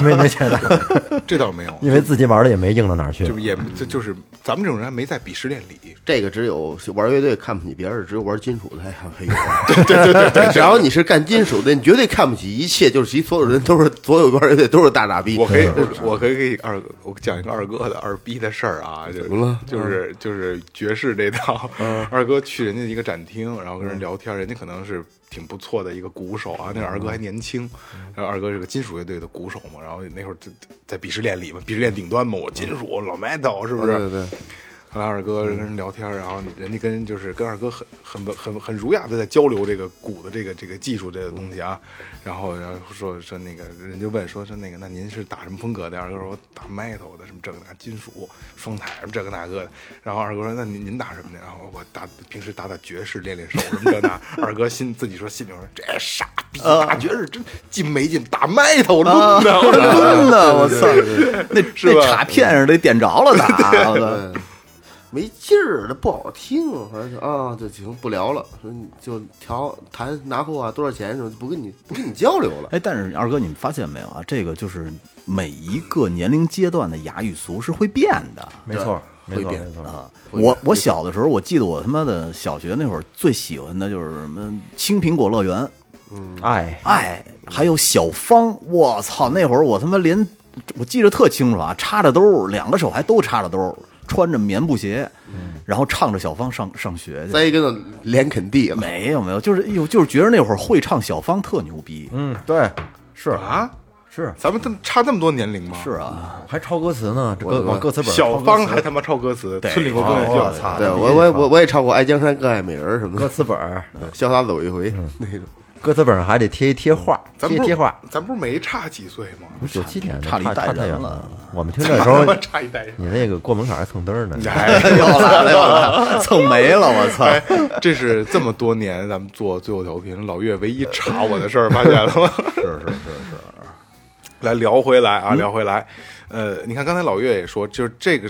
Speaker 5: 没没觉得，
Speaker 1: 这倒没有，
Speaker 5: 因为自己玩的也没硬到哪儿去
Speaker 1: 就。也这就是咱们这种人还没在鄙视链里，
Speaker 2: 这个只有玩乐队看不起别人，只有玩金属的才看有。 [laughs] 对对对对，只要你是干金属的，你绝对看不起一切，就是其所有人都是所有玩乐队都是大傻逼。
Speaker 1: 我可以，我可以给二哥，我讲一个二哥的二逼的事儿啊，就是
Speaker 2: 怎么了嗯
Speaker 1: 就是就是爵士这套，二哥去人家一个展厅，然后跟人聊
Speaker 2: 嗯
Speaker 1: 天，人家可能是挺不错的一个鼓手啊，那个二哥还年轻，
Speaker 2: 嗯
Speaker 1: 然后二哥是个金属乐队的鼓手嘛，然后那会儿在在鄙视链里嘛，鄙视链顶端嘛，我金属老 metal 是不是？
Speaker 2: 对对对。
Speaker 1: 后来二哥跟人聊天，然后人家跟就是跟二哥很很很很儒雅的在交流这个鼓的这个这个技术这个东西啊，然后然后说说那个人就问说说那个那您是打什么风格的？二哥说我打 metal 的，什么这个那金属双踩什么这个那个的。然后二哥说那您您打什么的？然后我打平时打打爵士练练手什么这那。二哥心自己说心里说这傻逼，大觉得是真进没进，打麦头抡的，我说
Speaker 4: 真的，我操，那
Speaker 1: 是
Speaker 4: 那
Speaker 1: 吧
Speaker 4: 卡片上得点着
Speaker 1: [laughs]
Speaker 4: 了打，我操
Speaker 2: 没劲儿，那不好听。后来就啊，这行不聊了，说你就调谈拿货啊，多少钱什么，就不跟你 [laughs] 不跟你交流了。
Speaker 4: 哎，但是二哥，你们发现没有啊？这个就是每一个年龄阶段的雅语俗是会变的。
Speaker 5: 没错，
Speaker 2: 对
Speaker 5: 没错，
Speaker 2: 会变
Speaker 5: 没错，
Speaker 4: 啊，我我小的时候，我记得我他妈的小学那会儿最喜欢的就是什么青苹果乐园，
Speaker 5: 哎，
Speaker 4: 哎，还有小芳，我操，那会儿我他妈连我记得特清楚啊，插着兜，两个手还都插着兜，穿着棉布鞋，然后唱着小芳上上学去。
Speaker 2: 栽一跟头脸啃地了，
Speaker 4: 没有没有，就是哎呦，就是觉得那会儿会唱小芳特牛逼。
Speaker 5: 嗯，对，是
Speaker 1: 啊，
Speaker 5: 是
Speaker 1: 咱们这么差那么多年龄吗？
Speaker 4: 是 [laughs] 啊，
Speaker 5: 还抄歌词呢，这歌往歌词本
Speaker 1: 小芳还
Speaker 5: 还
Speaker 1: 他妈抄歌词，
Speaker 4: 对哦
Speaker 1: 村里头更
Speaker 5: 我操，
Speaker 2: 对
Speaker 5: 那必须
Speaker 2: 我我
Speaker 5: 抄
Speaker 2: 我我也唱过《爱江山更爱美人》什么
Speaker 5: 歌
Speaker 2: 的，
Speaker 5: 词本儿
Speaker 2: 潇洒走一回那种。
Speaker 5: 歌词本上还得贴一贴画，
Speaker 1: 咱
Speaker 5: 贴一
Speaker 1: 不
Speaker 5: 贴
Speaker 1: 是
Speaker 5: 画。
Speaker 1: 咱不是没差几岁吗？
Speaker 5: 九七年的
Speaker 4: 差了一代
Speaker 5: 差太
Speaker 4: 人
Speaker 5: 远
Speaker 4: 了。
Speaker 5: 我们听这时
Speaker 1: 他 [laughs]
Speaker 5: 候
Speaker 1: 妈，差一代人。
Speaker 5: 你那个过门槛还蹭灯呢。
Speaker 4: [laughs]
Speaker 1: 哎，
Speaker 4: 又来了又来了，哎蹭没了，我操！
Speaker 1: 这是这么多年咱们做最后调频，老岳唯一查我的事儿，发现了吗？
Speaker 4: 是是是是，
Speaker 1: [laughs]
Speaker 4: 嗯
Speaker 1: 来聊回来啊，聊回来。呃，你看刚才老岳也说，就是这个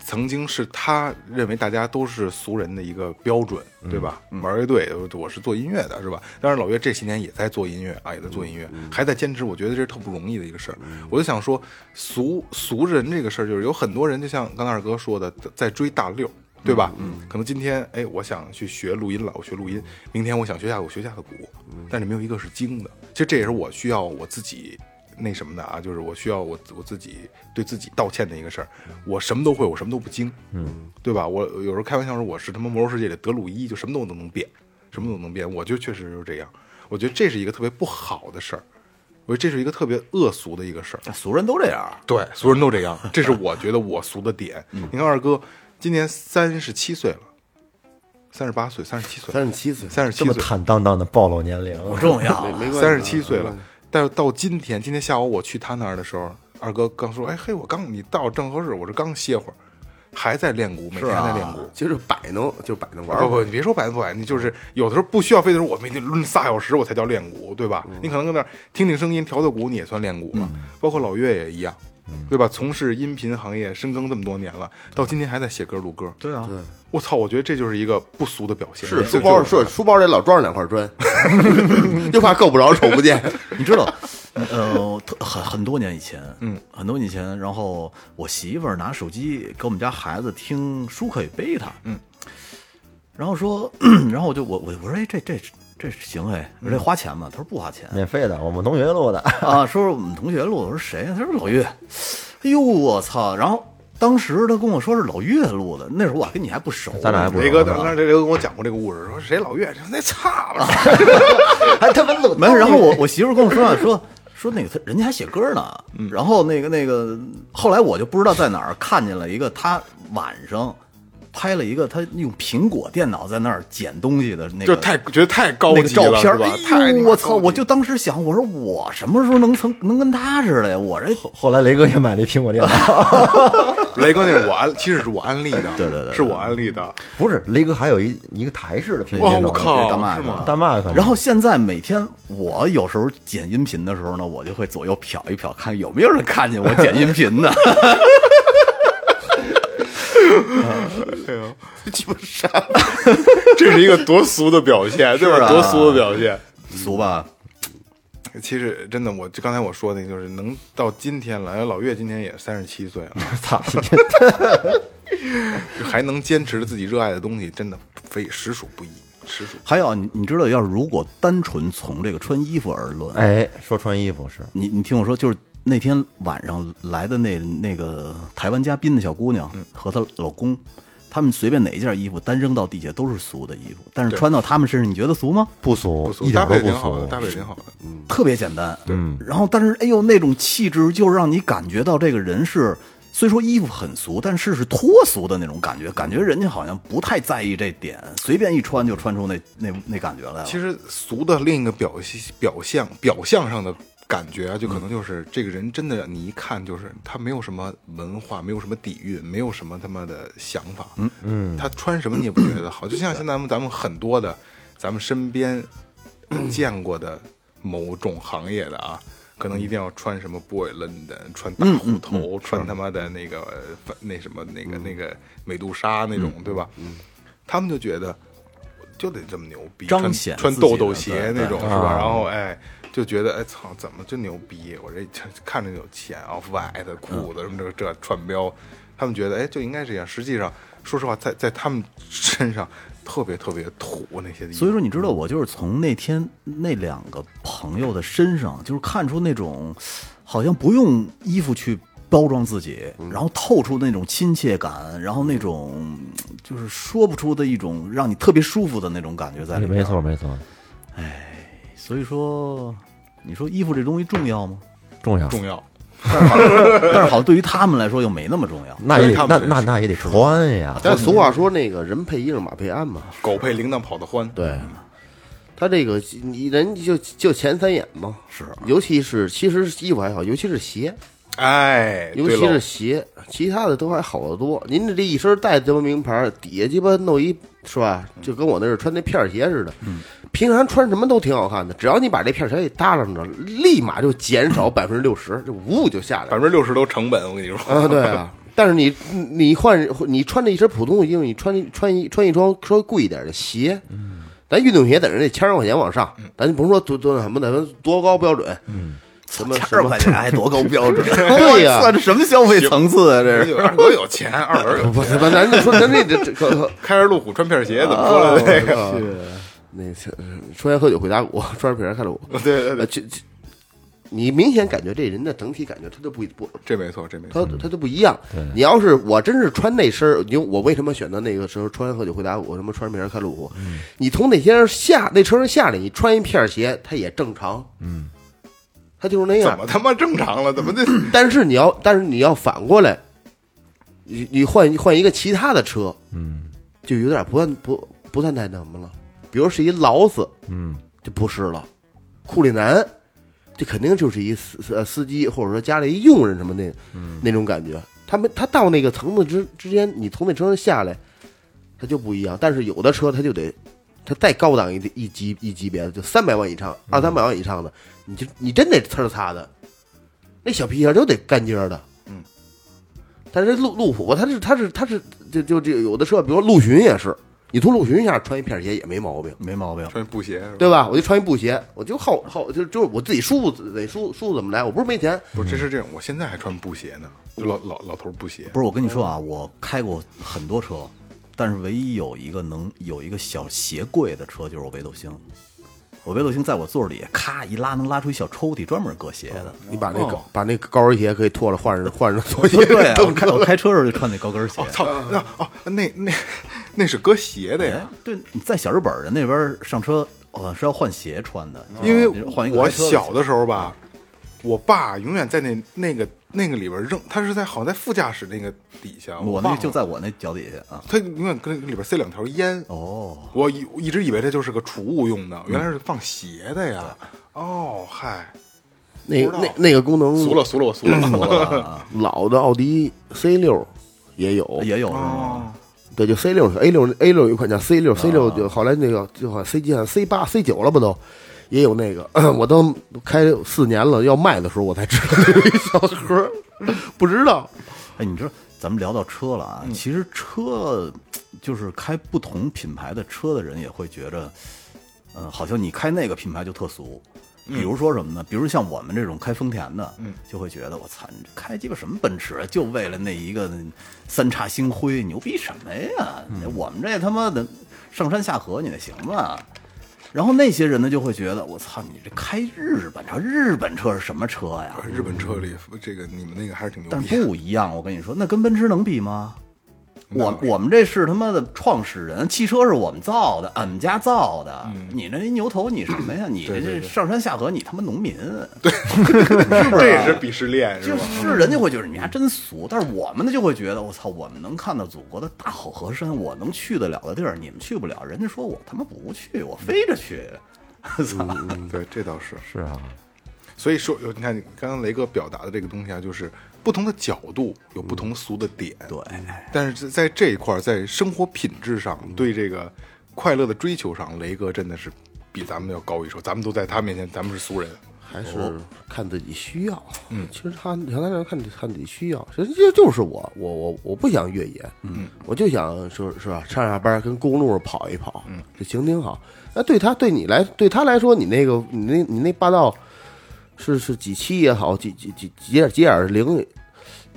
Speaker 1: 曾经是他认为大家都是俗人的一个标准，对吧？玩乐队，我是做音乐的，是吧？当然，老岳这些年也在做音乐啊，也在做音乐，还在坚持。我觉得这是特不容易的一个事儿。我就想说，俗俗人这个事儿，就是有很多人，就像刚才二哥说的，在追大六。对吧？嗯，可能今天哎，我想去学录音了，我学录音；明天我想学架，我学架子鼓。但是没有一个是精的。其实这也是我需要我自己那什么的啊，就是我需要我我自己对自己道歉的一个事儿。我什么都会，我什么都不精，嗯，对吧？我有时候开玩笑说我是他妈魔兽世界里德鲁伊，就什么都能变，什么都能变。我就确实就是这样，我觉得这是一个特别不好的事儿，我觉得这是一个特别恶俗的一个事儿。
Speaker 4: 俗人都这样。
Speaker 1: 对，所有人都这样，这是我觉得我俗的点。你看二哥今年三十七岁了，三十八岁，三十七岁，
Speaker 2: [laughs] 三十七岁，
Speaker 1: 三十
Speaker 5: 这
Speaker 1: 七
Speaker 5: 么
Speaker 1: 岁，
Speaker 5: 坦荡荡的暴露年龄，
Speaker 4: 重要
Speaker 2: 没没关系啊，
Speaker 1: 三十七岁了
Speaker 2: 嗯，
Speaker 1: 但是到今天，今天下午我去他那儿的时候，二哥刚说：“哎嘿，我刚你到正合适，我这刚歇会儿，还在练鼓，每天还在练鼓。
Speaker 2: 啊就是啊摆弄，就是摆弄玩
Speaker 1: 不
Speaker 2: 儿。
Speaker 1: 不，你别说百分不百，你就是有的时候不需要非得说我每天抡仨小时我才叫练鼓，对吧？
Speaker 2: 嗯
Speaker 1: 你可能跟那儿听听声音、调调鼓，你也算练鼓了。包括老岳也一样，
Speaker 2: 嗯
Speaker 1: 对吧？从事音频行业深耕这么多年了，到今天还在写歌、录歌。
Speaker 4: [laughs] 对啊，
Speaker 1: 我操，我觉得这就是一个不俗的表现。
Speaker 2: 是
Speaker 1: 就
Speaker 2: 书包
Speaker 1: 就是
Speaker 2: 说书包得老装两块砖， [laughs] 就怕够不着瞅不
Speaker 1: [laughs]
Speaker 2: 见。
Speaker 4: [laughs] 你知道，呃，特很很多年以前，嗯，很多年以前，然后我媳妇儿拿手机给我们家孩子听舒克与贝塔，嗯，然后说，然后我就我我我说哎这这这行哎，我
Speaker 5: 嗯
Speaker 4: 说这花钱吗？他说不花钱
Speaker 5: 免费的，我们同学录的。
Speaker 4: 啊，说是我们同学录，我说谁啊呀、他说老岳，哎呦我操，然后。当时他跟我说是老岳录的，那时候我跟你还不熟，
Speaker 5: 咱俩还不熟
Speaker 1: 雷哥当时雷哥跟我讲过这个故事，说谁老岳，那操了。
Speaker 5: [laughs] 还他妈录
Speaker 4: 没有，然后
Speaker 5: [laughs]
Speaker 4: 我我媳妇跟我说啊说说那个他人家还写歌呢，
Speaker 5: 嗯
Speaker 4: 然后那个那个后来我就不知道在哪儿看见了一个他晚上拍了一个他用苹果电脑在那儿捡东西的那个，
Speaker 1: 就是太觉得太高
Speaker 4: 那个
Speaker 1: 级
Speaker 4: 照
Speaker 1: 了，
Speaker 4: 片
Speaker 1: 是吧？
Speaker 4: 哎
Speaker 1: 太
Speaker 4: 呦我操！我就
Speaker 1: 就
Speaker 4: 当时想，我说我什么时候能成能跟他似的呀？我这
Speaker 5: 后来雷哥也买了一苹果电脑，
Speaker 1: 雷哥那是我安，其实是我安利的，
Speaker 4: 对对对对
Speaker 1: 是我安利的。
Speaker 5: 不是雷哥还有一一个台式的苹果
Speaker 1: 哇，
Speaker 5: 电
Speaker 1: 我
Speaker 5: 脑，
Speaker 1: 靠，
Speaker 4: 大麦
Speaker 1: 是吗？
Speaker 5: 大麦克。
Speaker 4: [laughs] 然后现在每天我有时候剪音频的时候呢，我就会左右瞟一瞟，看有没有人看见我剪音频的。
Speaker 1: 哎
Speaker 2: 鸡巴傻，
Speaker 1: [laughs] 这是一个多俗的表现，对吧？
Speaker 4: 啊
Speaker 1: 多俗的表现。
Speaker 4: [laughs] 俗吧？
Speaker 1: 其实真的，我就刚才我说那，就是能到今天了，哎老岳今年也三十七岁 [laughs] 了，
Speaker 5: 操，
Speaker 1: 就还能坚持自己热爱的东西，真的非实属不易，实属。
Speaker 4: 还有，你你知道，要是如果单纯从这个穿衣服而论，
Speaker 5: 哎，说穿衣服是
Speaker 4: 你你听我说，就是那天晚上来的那那个台湾嘉宾的小姑娘和她老公，他们随便哪一件衣服单扔到地下都是俗的衣服，但是穿到他们身上，你觉得俗吗？
Speaker 5: 不俗
Speaker 1: 不，俗
Speaker 5: 一
Speaker 1: 搭
Speaker 5: 点都不
Speaker 1: 配挺好的，
Speaker 5: 俗
Speaker 1: 搭。配挺好的。
Speaker 4: 特别简单，嗯。然后，但是哎呦，那种气质就让你感觉到这个人是。虽说衣服很俗，但是是脱俗的那种感觉，感觉人家好像不太在意这点，随便一穿就穿出那那那感觉来了。
Speaker 1: 其实俗的另一个表现表象表象上的感觉啊，就可能就是这个人真的你一看就是他没有什么文化，没有什么底蕴，没有什么他妈的想法，嗯嗯，他穿什么你也不觉得好，就像现在咱们咱们很多的咱们身边见过的某种行业的啊，可能一定要穿什么 boy London，穿大虎头，穿他妈的那个呃那什么那个、那个美杜莎那种，对吧？他们就觉得就得这么牛逼，
Speaker 4: 彰
Speaker 1: 穿
Speaker 4: 显
Speaker 1: 穿
Speaker 4: 自己
Speaker 1: 豆豆
Speaker 4: 的
Speaker 1: 鞋
Speaker 4: 对
Speaker 1: 那
Speaker 4: 对
Speaker 1: 种是吧？然后哎，就觉得哎操，怎么就牛逼？我这看着有钱啊，white
Speaker 4: 嗯
Speaker 1: 的裤子什么这个这串标，他们觉得哎就应该这样。实际上，说实话，在在他们身上特别特别土那些衣服，
Speaker 4: 所以说，你
Speaker 2: 嗯
Speaker 4: 知道我就是从那天那两个朋友的身上，就是看出那种好像不用衣服去包装自己，
Speaker 2: 嗯
Speaker 4: 然后透出那种亲切感，然后那种就是说不出的一种让你特别舒服的那种感觉在里面。
Speaker 5: 没错没错，
Speaker 4: 所以说，你说衣服这东西重要吗？
Speaker 5: 重要。
Speaker 1: 重
Speaker 4: [laughs]
Speaker 1: 要。
Speaker 4: 但是好像对于他们来说又没那么重要。
Speaker 5: 那也
Speaker 1: 看
Speaker 5: 得
Speaker 1: 不
Speaker 5: 那
Speaker 1: 起
Speaker 5: 那那也得穿呀，
Speaker 2: 但俗话说那个人配衣裳马配鞍嘛，
Speaker 1: 狗配铃铛跑得欢，
Speaker 2: [laughs] 对，他这个你人就就前三眼嘛，是，
Speaker 1: 啊
Speaker 2: 尤其是其实衣服还好，尤其是鞋，
Speaker 1: 哎，
Speaker 2: 尤
Speaker 1: 对
Speaker 2: 其
Speaker 1: 喽
Speaker 2: 是鞋，其他的都还好得多。您这一身带这么名牌，底下鸡巴弄一是吧？就跟我那是穿那片儿鞋似的，
Speaker 1: 嗯
Speaker 2: 平常穿什么都挺好看的，只要你把这片儿鞋给搭上着，立马就减少百分之六十，这呜就下来
Speaker 1: 百
Speaker 2: 了
Speaker 1: 分之六十都成本，我跟你说。
Speaker 2: 啊！对啊。 [laughs] 但是你你换你穿着一身普通的衣服，你穿一穿一穿一双稍微贵一点的鞋，咱运动鞋在人家千儿块钱往上，咱就甭说多多什么的，多高标准，什么什
Speaker 4: 千
Speaker 2: 么
Speaker 4: 块钱还多高标准？
Speaker 2: [laughs] 对呀
Speaker 4: [laughs] 算这什么消费层次啊？这是。
Speaker 1: 二哥有钱，二轮有
Speaker 4: [laughs]
Speaker 2: 不是，咱咱就说咱这这这可可
Speaker 1: 开着路虎穿片鞋，怎么说
Speaker 4: 啊
Speaker 1: 来着？
Speaker 2: 那是抽烟喝酒回打鼓，穿着皮鞋看着我，
Speaker 1: 对对对，
Speaker 2: 呃，这这，你明显感觉这人的整体感觉他就不不，
Speaker 1: 这没错，这没错。
Speaker 2: 他他就不一样。你要是我真是穿那身儿，你我为什么选择那个时候抽烟喝酒回打鼓，什么穿着皮鞋看路虎？你从那些人下那车上下来，你穿一片儿鞋，他也正常。嗯，他就是那
Speaker 1: 怎
Speaker 2: 样
Speaker 1: 么。他妈正常了？怎么这？ [clears throat]
Speaker 2: [clears throat] 但是你要，但是你要反过来，你你换换一个其他的车，嗯，就有点不算不不算太那什么了。比如是一劳斯，嗯，就不是了。库里南，这肯定就是一司司呃司机或者说家里一佣人什么那、那种感觉。他们他到那个层次之之间，你从那车上下来，他就不一样。但是有的车他就得，他再高档一一级一级别的，就三百万以上、二三百万以上的，你就你真得呲儿擦的。那小皮鞋就得干尖儿的，
Speaker 1: 嗯。
Speaker 2: 但是这路路虎，它是它是它是就就这有的车，比如说陆巡也是，你从陆巡下穿一片鞋也没毛病，
Speaker 4: 没毛病，
Speaker 1: 穿布鞋是吧？
Speaker 2: 对吧？我就穿一布鞋，我就好好就就是我自己舒服得舒舒服怎么来，我不是没钱，
Speaker 1: 不是，这是这样，我现在还穿布鞋呢，就老老老头儿布鞋。
Speaker 4: 不是，我跟你说啊，我开过很多车，但是唯一有一个能有一个小鞋柜的车，就是我北斗星。我北斗星在我座儿里咔一拉，能拉出一小抽屉，专门搁鞋的。
Speaker 2: 你把那个、把那高跟鞋可以脱了换上
Speaker 4: [laughs]
Speaker 2: 换上拖
Speaker 1: 哦 [laughs]
Speaker 2: 鞋，
Speaker 4: 对、啊，我开我开车的时候就穿那高跟鞋。
Speaker 1: 操，那哦，那那那是搁鞋的
Speaker 4: 哎
Speaker 1: 呀，
Speaker 4: 对，你在小日本的那边上车，好、像是要换鞋穿的，
Speaker 1: 因为
Speaker 4: 哎哦你换一个
Speaker 1: 我
Speaker 4: 开车的
Speaker 1: 小的时候吧，我爸永远在那那个那个里边扔，他是在好像在副驾驶那个底下，
Speaker 4: 我
Speaker 1: 忘
Speaker 4: 那
Speaker 1: 了
Speaker 4: 就在我那脚底下啊。
Speaker 1: 他永远跟里边塞两条烟。
Speaker 4: 哦，嗯
Speaker 1: 我以我一直以为这就是个储物用的，原来是放鞋的呀。哦，嗨，
Speaker 2: 那
Speaker 1: 不知道
Speaker 2: 那那个功
Speaker 4: 嗯
Speaker 2: 能
Speaker 1: 俗了俗了我俗
Speaker 4: 我
Speaker 1: 了。
Speaker 4: 啊
Speaker 2: 老的奥迪 C 六也有，
Speaker 4: 也有
Speaker 1: [laughs]
Speaker 4: 是
Speaker 1: 哦
Speaker 4: 吗？
Speaker 2: 对，就 C 六、A 六、A 六有一款叫 C 六，C 六就后来那个就好像 C 七、C 八、C 九了吧都，也有那个， [clears throat] 我都开四年了，要卖的时候我才知道这是一小盒，不知道。
Speaker 4: 哎，你知道咱们聊到车了啊，其实车就是开不同品牌的车的人也会觉着，呃，好像你开那个品牌就特俗。比如说什么呢？比如像我们这种开丰田的，就会觉得我操，你这开鸡巴什么奔驰啊，就为了那一个三叉星辉，牛逼什么呀？我们这他妈的上山下河，你得行吧？然后那些人呢，就会觉得我操，你这开日本车，日本车是什么车呀？
Speaker 1: 日本车里这个你们那个还是挺牛
Speaker 4: 但
Speaker 1: 逼
Speaker 4: 是
Speaker 1: 的。
Speaker 4: 不一样，我跟你说，那跟奔驰能比吗？
Speaker 1: 那
Speaker 4: 我
Speaker 1: 倒是
Speaker 4: 我们这是他妈的创始人，汽车是我们造的，俺们家造的。你那一牛头，你什么呀？ [clears throat] 你这这上山下河，你他妈农民。对，
Speaker 1: 这也是鄙视链是
Speaker 4: 就
Speaker 1: 吧？
Speaker 4: 是人家会觉得你们家真俗，但是我们呢就会觉得我操，我们能看到祖国的大好河山，我能去得了的地儿，你们去不了。人家说我他妈不去，我飞着去。操、
Speaker 1: 嗯，对，这倒是。
Speaker 5: 是啊，
Speaker 1: 所以说，有你看你刚刚雷哥表达的这个东西啊，就是不同的角度有不同俗的点，
Speaker 4: 对，
Speaker 1: 但是在这一块儿，在生活品质上，对这个快乐的追求上，雷哥真的是比咱们要高一筹，咱们都在他面前，咱们是俗人。
Speaker 2: 还
Speaker 4: 哦
Speaker 2: 是看自己需要。嗯，其实他想大家看看自己需要，其实这就是我，我我我不想越野，嗯，我就想说是吧，上下班跟公路上跑一跑，嗯，这行挺好。那对他对你来对他来说，你那个你那你那霸道是是几七也好，几几几几点几点零，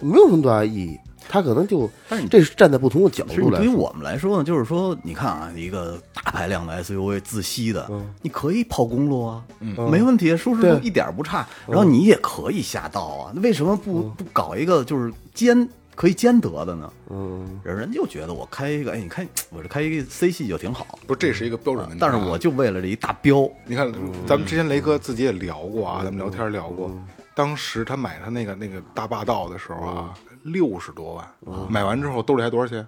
Speaker 2: 没有什么多大意义。他可能就，
Speaker 4: 但是你
Speaker 2: 这是站在不同的角
Speaker 4: 其实
Speaker 2: 度来
Speaker 4: 对于
Speaker 2: 说，
Speaker 4: 我们来说呢，就是说，你看啊，一个大排量的 SUV 自吸的，你可以跑公路啊，没问题，舒适度
Speaker 2: 嗯对嗯
Speaker 4: 一点儿不差。然后你也可以下道啊，那为什么不不搞一个就是兼可以兼得的呢？
Speaker 2: 嗯，
Speaker 4: 人人就觉得我开一个，哎，你看我这开一个 C 系就挺好，啊
Speaker 1: 不是，这是一个标准问题。
Speaker 4: 嗯但是我嗯就为了这一大标，
Speaker 1: 你看，咱们之前雷哥自己也聊过啊，咱们聊天聊过，
Speaker 4: 嗯
Speaker 1: 当时他买他那个那个大霸道的时候啊，
Speaker 4: 嗯
Speaker 1: 六十多万，买完之后兜里还多少钱？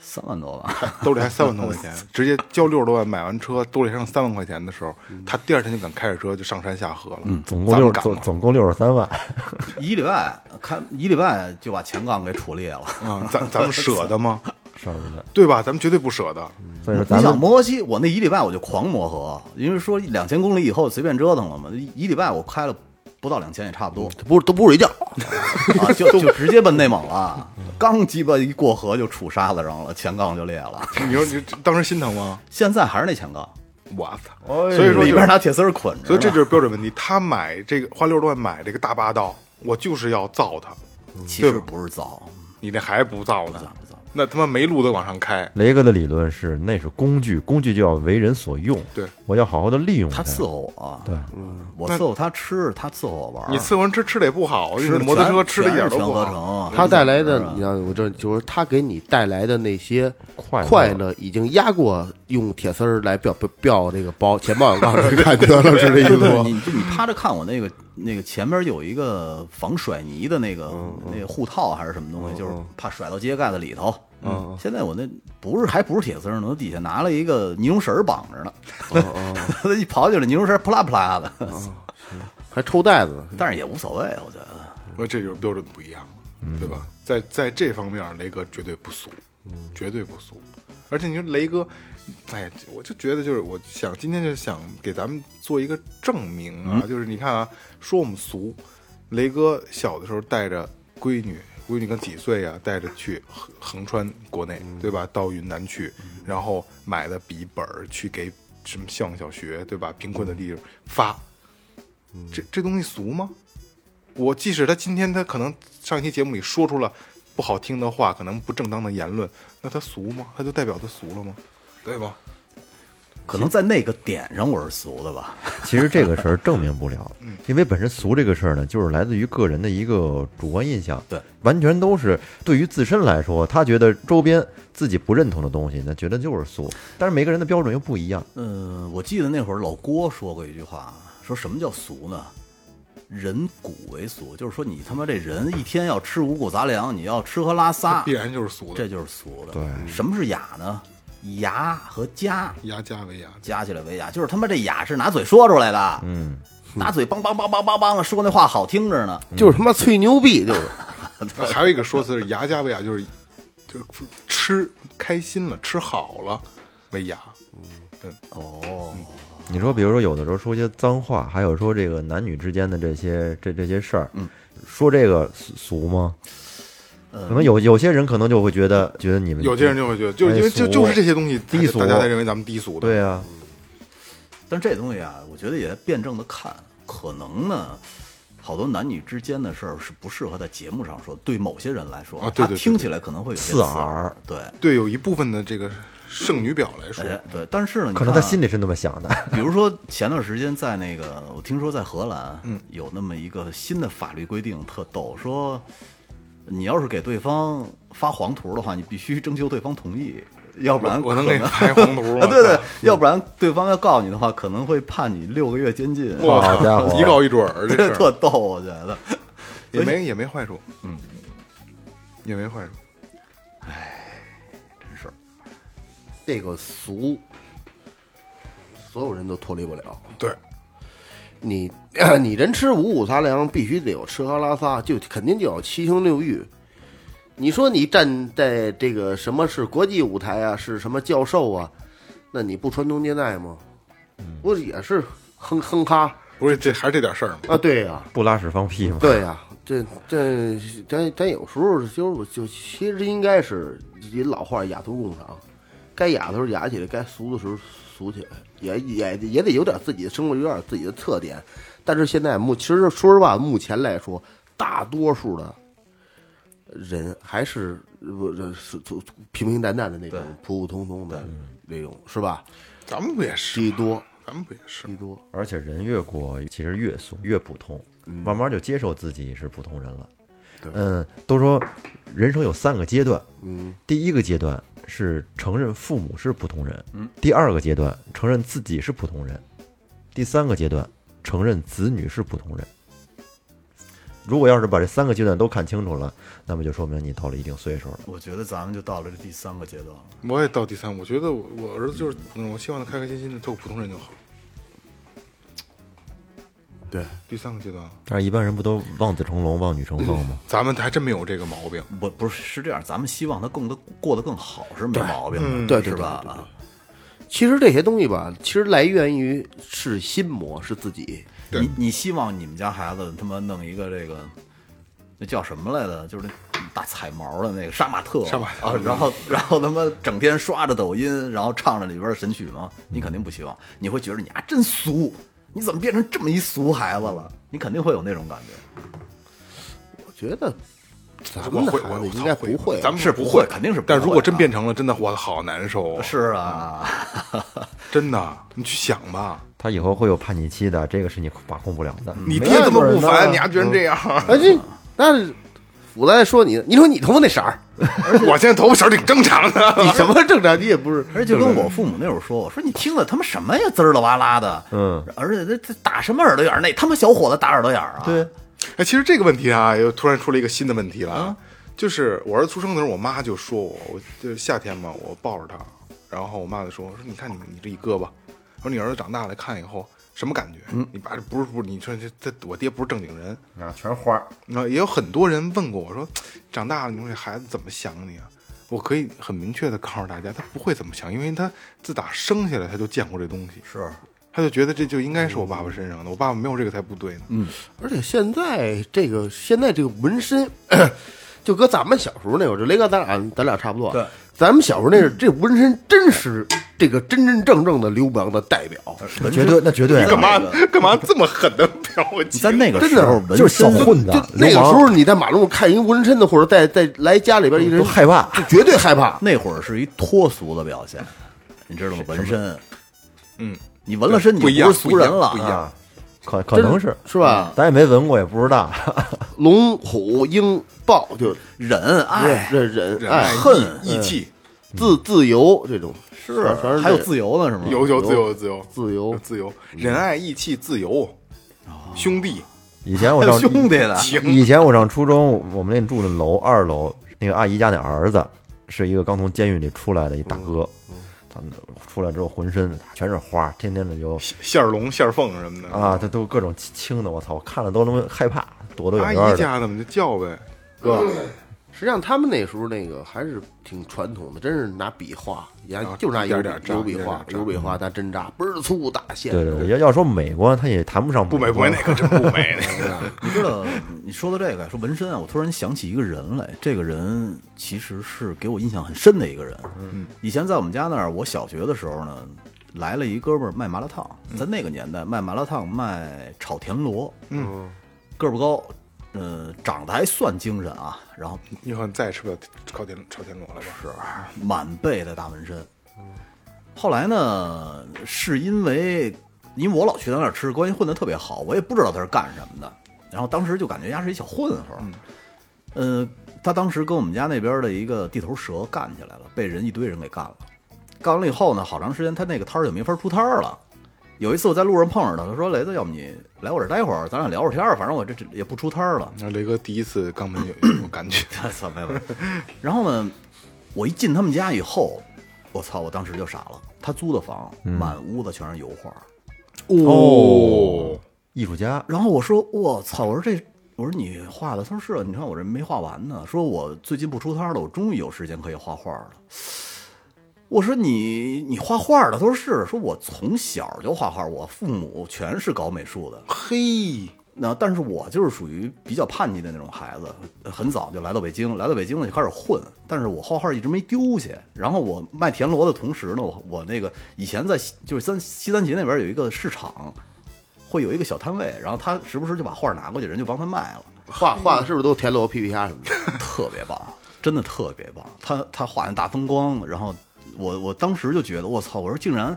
Speaker 4: 三万多吧，
Speaker 1: 兜里还三万多块
Speaker 4: [laughs]
Speaker 1: 钱，直接交六十多万买完车，兜里还剩三万块钱的时候，他第二天就敢开着车就上山下河了。嗯，
Speaker 5: 总共六
Speaker 1: 敢
Speaker 5: 总
Speaker 1: 吗？
Speaker 5: 总共六十三万， [laughs]
Speaker 4: 一礼拜看一礼拜就把前杠给杵裂了。
Speaker 1: 啊，咱咱们舍得吗？
Speaker 5: 上面的。
Speaker 1: 对吧？咱们绝对不舍得。
Speaker 5: 所以说
Speaker 4: 你
Speaker 5: 咱
Speaker 4: 想
Speaker 5: 们
Speaker 4: 磨合期，我那一礼拜我就狂磨合，因为说两千公里以后随便折腾了嘛，一一礼拜我开了不到两千也
Speaker 5: [laughs]
Speaker 4: 差不多
Speaker 2: 不都不睡觉，
Speaker 4: 啊，就就直接奔内蒙了，刚鸡巴一过河就杵沙子上了，前杠就裂了，
Speaker 1: 你说你当时心疼吗？
Speaker 4: 现在还是那前杠，
Speaker 1: 我操！
Speaker 4: 哎
Speaker 1: 所以说
Speaker 4: 里
Speaker 1: 就
Speaker 4: 边拿铁丝儿捆着呢，
Speaker 1: 所以这就是标准问题。他买这个花六十多万买这个大霸道，我就是要造他，
Speaker 4: 其
Speaker 1: 对
Speaker 4: 实
Speaker 1: 吧
Speaker 4: 不是造，
Speaker 1: 你这还不造呢？
Speaker 4: 不造
Speaker 1: 那他妈没路子往上开。
Speaker 5: 雷哥的理论是，那是工具，工具就要为人所用。
Speaker 1: 对，
Speaker 5: 我要好好的利用
Speaker 4: 他
Speaker 5: 它。
Speaker 4: 伺候我，
Speaker 5: 对，
Speaker 4: 我伺候他吃，他伺候我玩儿，
Speaker 1: 你伺候人吃吃的也不好，你摩托
Speaker 4: 啊全
Speaker 1: 车吃的一点
Speaker 4: 全
Speaker 1: 都
Speaker 4: 是全
Speaker 1: 不
Speaker 4: 合
Speaker 1: 好。
Speaker 4: 成，
Speaker 2: 他带来
Speaker 4: 全是
Speaker 2: 的，
Speaker 4: 啊
Speaker 2: 你知道，我这就是他给你带来的那些
Speaker 5: 快乐
Speaker 2: 快乐，已经压过用铁丝儿来吊吊这个包钱包上杠的感觉了，是这意
Speaker 5: [laughs]
Speaker 2: 思
Speaker 4: [laughs] 对，
Speaker 2: 吗？
Speaker 4: 你就你趴着看我那个那个前边有一个防甩泥的那个那个护套还是什么东西，就是怕甩到秸秆子里头。嗯，现在我那不是还不是铁丝呢，我底下拿了一个尼龙绳儿绑着呢。 [laughs] 哦一跑起来，尼龙绳儿扑啦扑啦的，
Speaker 2: 还抽袋子呢，
Speaker 4: [laughs] 但是也无所谓，我觉得。
Speaker 1: 那这就是标准不一样了，对吧？在在这方面，雷哥绝对不俗，绝对不俗。而且你说雷哥，哎呀，我就觉得就是我想今天就想给咱们做一个证明啊，就是你看啊，说我们俗，雷哥小的时候带着闺女，闺女刚几岁啊，带着去横横穿国内，对吧？到云南去，然后买的笔记本儿去给什么向小学，对吧？贫困的地方发，这这东西俗吗？我即使他今天他可能上一期节目里说出了不好听的话，可能不正当的言论，那他俗吗？他就代表他俗了吗？对吧？
Speaker 4: 可能在那个点上我是俗的吧，
Speaker 5: 其实这个事儿证明不了，因为本身俗这个事儿呢，就是来自于个人的一个主观印象，
Speaker 4: 对，
Speaker 5: 完全都是对于自身来说，他觉得周边自己不认同的东西，那觉得就是俗，但是每个人的标准又不一样，
Speaker 4: 嗯、我记得那会儿老郭说过一句话，说什么叫俗呢？人骨为俗，就是说你他妈这人一天要吃五谷杂粮，你要吃喝拉撒，
Speaker 1: 必然就是俗的
Speaker 4: 这，就是俗的。
Speaker 1: 嗯
Speaker 4: 对，什么是雅呢？牙和家
Speaker 1: 压家为压。
Speaker 4: 加起来为雅，就是他妈这雅是拿嘴说出来的，嗯，拿嘴梆梆梆梆梆梆说那话好听着呢，
Speaker 2: 就是他妈吹牛逼，就是
Speaker 1: 还有一个说辞是牙家为牙，就是就是吃开心了，吃好了为牙。
Speaker 4: 哦，
Speaker 5: 你说，比如说有的时候说一些脏话，还有说这个男女之间的这些这这些事儿，嗯，说这个俗俗吗？可能有有些人可能就会觉得觉得你们
Speaker 1: 有些人就会觉得，就是因为就
Speaker 5: 哎俗
Speaker 1: 就是这些东西，
Speaker 5: 低俗
Speaker 1: 大家才认为咱们低俗的。
Speaker 5: 对啊，
Speaker 4: 但这东西啊，我觉得也得辩证的看，可能呢，好多男女之间的事儿是不适合在节目上说，对某些人来说，
Speaker 1: 啊对对对
Speaker 4: 他听起来可能会有些
Speaker 5: 刺
Speaker 4: 耳
Speaker 5: 耳，
Speaker 4: 对。
Speaker 1: 对，有一部分的这个剩女表来说，
Speaker 4: 哎，对，但是呢，
Speaker 5: 可能他
Speaker 4: 你看啊
Speaker 5: 心里是那么想的，
Speaker 4: [laughs] 比如说前段时间在那个，我听说在荷兰，嗯，有那么一个新的法律规定，特逗，说你要是给对方发黄图的话，你必须征求对方同意，要不然
Speaker 1: 我我能给你
Speaker 4: 可
Speaker 1: 拍黄
Speaker 4: [laughs]
Speaker 1: 图吗？
Speaker 4: 啊，对对，要不然对方要告你的话，可能会判你六个月监禁。
Speaker 1: 我
Speaker 4: [laughs]
Speaker 5: 好家伙
Speaker 1: [laughs] 操，一告一准儿，这事
Speaker 4: 这
Speaker 1: 儿
Speaker 4: 特逗，我觉得。
Speaker 1: 也没也没坏处，嗯，也没坏处。
Speaker 2: 这个俗，所有人都脱离不了。
Speaker 1: 对，
Speaker 2: 你 [coughs] 你人吃五谷杂粮，必须得有吃喝拉撒，就肯定就有七情六欲。你说你站在这个
Speaker 5: 嗯
Speaker 2: 什么是国际舞台啊，是什么教授啊？那你不传宗接代吗？不是也是哼哼哈
Speaker 1: 不是这还是这点事儿吗？
Speaker 2: 啊？对呀、
Speaker 5: [laughs] 不拉屎放屁嘛。
Speaker 2: 对呀、这这咱咱有时候就是我就其实应该是一老话雅俗共赏，该雅的时候雅起来，该俗的时候俗起来，也也也得有点自己的生活，有点自己的特点。但是现在目其实说实话，目前来说，大多数的人还是不是是平平淡淡的那种，普普通通的那种，是吧？
Speaker 1: 咱们不也是？
Speaker 2: 居多
Speaker 1: 咱们不也是？
Speaker 2: 居多，
Speaker 5: 而且人越过其实越怂越普通，慢慢就接受自己是普通人了。嗯，都说人生有三个阶段，嗯，第一个阶段是承认父母是普通人，嗯，第二个阶段承认自己是普通人，第三个阶段承认子女是普通人。如果要是把这三个阶段都看清楚了，那么就说明你到了一定岁数了。
Speaker 4: 我觉得咱们就到了这第三个阶段了。
Speaker 1: 我也到第三，我觉得我我儿子就是普通人，我希望他开开心心的做个普通人就好。
Speaker 2: 对，
Speaker 1: 第三个阶段，
Speaker 5: 但是一般人不都望子成龙、望女成凤吗？
Speaker 1: 咱们还真没有这个毛病。
Speaker 4: 不，不是是这样，咱们希望他更的过得更好是没毛病的，
Speaker 2: 对对
Speaker 4: 是吧？
Speaker 2: 对对对
Speaker 4: 啊
Speaker 2: 其实这些东西吧，其实来源于是心魔，是自己。
Speaker 1: 对
Speaker 4: 你你希望你们家孩子他妈弄一个这个，那叫什么来着？就是那大彩毛的那个杀马特，
Speaker 1: 杀马特
Speaker 4: 啊，然后然后他妈整天刷着抖音，然后唱着里边的神曲吗？你肯定不希望，你会觉得你啊真俗，你怎么变成这么一俗孩子了？你肯定会有那种感觉，
Speaker 2: 我觉得咱
Speaker 1: 我
Speaker 2: 们的
Speaker 1: 会，
Speaker 2: 孩
Speaker 1: 我
Speaker 2: 子
Speaker 1: 我操
Speaker 2: 应该不
Speaker 1: 会
Speaker 2: 会，啊
Speaker 1: 咱们
Speaker 4: 是
Speaker 1: 不
Speaker 4: 不会肯定是不
Speaker 1: 但
Speaker 4: 会
Speaker 1: 如果真
Speaker 4: 啊
Speaker 1: 变成了，真的我好难
Speaker 5: 哦
Speaker 1: 受啊，
Speaker 4: 是啊，
Speaker 5: 嗯
Speaker 1: 真的。你去想吧，
Speaker 5: 他以后会有叛逆期的，这个是你把控不了的。
Speaker 1: 你
Speaker 2: 没
Speaker 1: 爹这么
Speaker 2: 准
Speaker 1: 不
Speaker 2: 呢
Speaker 1: 凡，你还居然这样？ [laughs]
Speaker 2: 哎这那我来说你，你说你头发那色儿，
Speaker 1: 我现在头发色儿挺正常的。
Speaker 2: 你什么正常？你也不是，
Speaker 4: 而且就跟我父母那会儿说，我说你听的他妈什么呀，滋儿了哇啦的，
Speaker 5: 嗯，
Speaker 4: 而且这这打什么耳朵眼儿？那他妈小伙子打耳朵眼儿啊？
Speaker 5: 对，
Speaker 1: 哎，其实这个问题啊，又突然出了一个新的问题了，啊
Speaker 5: 嗯
Speaker 1: 就是我儿子出生的时候，我妈就说我，我就是夏天嘛，我抱着他，然后我妈就说，我说你看你你这一胳膊，我说你儿子长大了看以后什么感觉？你爸这不是不是，你说这这我爹不是正经人，
Speaker 5: 嗯啊，全花儿。
Speaker 1: 啊，也有很多人问过我说，长大了你说这孩子怎么想你啊？我可以很明确的告诉大家，他不会怎么想，因为他自打生下来他就见过这东西，
Speaker 4: 是
Speaker 1: 他就觉得这就应该是我爸爸身上的，我爸爸没有这个才不对呢。嗯，
Speaker 2: 而且现在这个现在这个纹身， [coughs] 就搁咱们小时候那会儿，就雷哥咱俩咱俩差不多。啊
Speaker 4: 对，
Speaker 2: 咱们小时候那是这纹身真是这个真真正正的流氓的代表。
Speaker 4: 嗯
Speaker 5: 那绝对，那绝对啊。
Speaker 1: 干嘛干嘛这么狠的表情？
Speaker 4: 在那个时候纹
Speaker 5: 就是小
Speaker 4: 身
Speaker 5: 混子
Speaker 2: 就，那个时
Speaker 5: 流氓
Speaker 2: 候你在马路上看一个纹身的，或者在在来家里边一人
Speaker 5: 都害怕
Speaker 2: 就绝对害怕。
Speaker 4: 那会儿是一脱俗的表现， [laughs] 你知道吗？纹身，
Speaker 1: 嗯，
Speaker 4: 你纹了身，你
Speaker 1: 不一样
Speaker 4: 是俗人了
Speaker 1: 不一样不一样
Speaker 4: 啊。
Speaker 5: 可可能
Speaker 2: 真
Speaker 5: 是
Speaker 2: 是吧
Speaker 5: 咱也没闻过，也不知道。 [laughs]
Speaker 2: 龙、虎、鹰、豹，就
Speaker 4: 哎忍
Speaker 2: 忍
Speaker 4: 嗯爱
Speaker 2: 忍忍
Speaker 1: 忍
Speaker 2: 爱
Speaker 1: 耐、
Speaker 4: 恨嗯
Speaker 1: 义气，
Speaker 2: 自自由这种，
Speaker 4: 是
Speaker 2: 全是
Speaker 4: [laughs] 还有
Speaker 2: 这
Speaker 4: 自由呢，是吗？
Speaker 1: 有有自由自由
Speaker 2: 自
Speaker 1: [laughs]
Speaker 2: 由
Speaker 1: 自由，
Speaker 4: 嗯
Speaker 1: 仁爱义气自由，
Speaker 4: 哦
Speaker 1: 兄弟
Speaker 5: 以前我上
Speaker 4: 兄弟的，
Speaker 1: 情
Speaker 5: 以前我上初中，我们那住的楼二楼，那个阿姨家那儿子是一个刚从监狱里出来的一大哥，
Speaker 1: 嗯
Speaker 5: 他们出来之后浑身全是花儿，天天的就
Speaker 1: 线儿龙线儿凤什么的。
Speaker 5: 啊，他都各种青的，我操，我看了都他妈害怕，躲得远
Speaker 1: 阿姨
Speaker 5: 远的。
Speaker 1: 家的嘛，就叫呗。
Speaker 4: 嗯
Speaker 2: 哥。实际上，他们那时候那个还是挺传统的，真是拿笔画，也
Speaker 1: 啊
Speaker 2: 就是拿
Speaker 1: 一
Speaker 2: 油
Speaker 1: 点
Speaker 2: 笔
Speaker 1: 点扎
Speaker 2: 油笔
Speaker 1: 一点嗯
Speaker 2: 画，
Speaker 1: 点扎
Speaker 2: 油笔画拿针扎，倍儿粗大线。
Speaker 5: 对对对，要要说美观，他也谈不上
Speaker 1: 不美
Speaker 4: 嗯
Speaker 1: 不美，
Speaker 5: 观
Speaker 1: 那。可真不美，那
Speaker 4: [laughs]
Speaker 1: 个
Speaker 4: [laughs] 你知道，你说到这个说纹身啊，我突然想起一个人来，这个人其实是给我印象很深的一个人。嗯，以前在我们家那儿，我小学的时候呢，来了一哥们儿卖麻辣烫，在那个年代卖麻辣烫卖炒田螺，嗯，个儿不高，呃，长得还算精神啊，然后
Speaker 1: 以后你再也吃不了烤田炒田螺了吧？是
Speaker 4: 满背的大纹身。后来呢，是因为因为我老去他那儿吃，关系混得特别好，我也不知道他是干什么的。然后当时就感觉丫是一小混混儿，嗯、他当时跟我们家那边的一个地头蛇干起来了，被人一堆人给干了。干完了以后呢，好长时间他那个摊儿就没法出摊儿了。有一次我在路上碰上他，他说：“雷子，要不你来我这儿待会儿，咱俩聊会儿天儿，反正我这这也不出摊儿了。”
Speaker 1: 那雷哥第一次肛门有有感
Speaker 4: [laughs]
Speaker 1: 觉， [laughs]
Speaker 4: 操，没有。然后呢，我一进他们家以后，我操，我当时就傻了。他租的房，满屋子全是油画。
Speaker 1: 哦，
Speaker 5: 艺术家
Speaker 4: 然后我说，我操，我说这，我说你画的，他说是啊，你看我这没画完呢。说我最近不出摊了，我终于有时间可以画画了。我说你你画画的，他说是，说我从小就画画，我父母全是搞美术的。
Speaker 1: 嘿，
Speaker 4: 那但是我就是属于比较叛逆的那种孩子，很早就来到北京，来到北京了就开始混，但是我画画一直没丢下。然后我卖田螺的同时呢，我我那个以前在西就是三西三旗那边有一个市场，会有一个小摊位，然后他时不时就把画拿过去，人就帮他卖了，
Speaker 2: 画画的是不是都田螺、屁屁虾什么
Speaker 1: [laughs]
Speaker 2: 的？
Speaker 4: 特别棒，真的特别棒。他他画那大风光，然后我我当时就觉得我操，我说竟然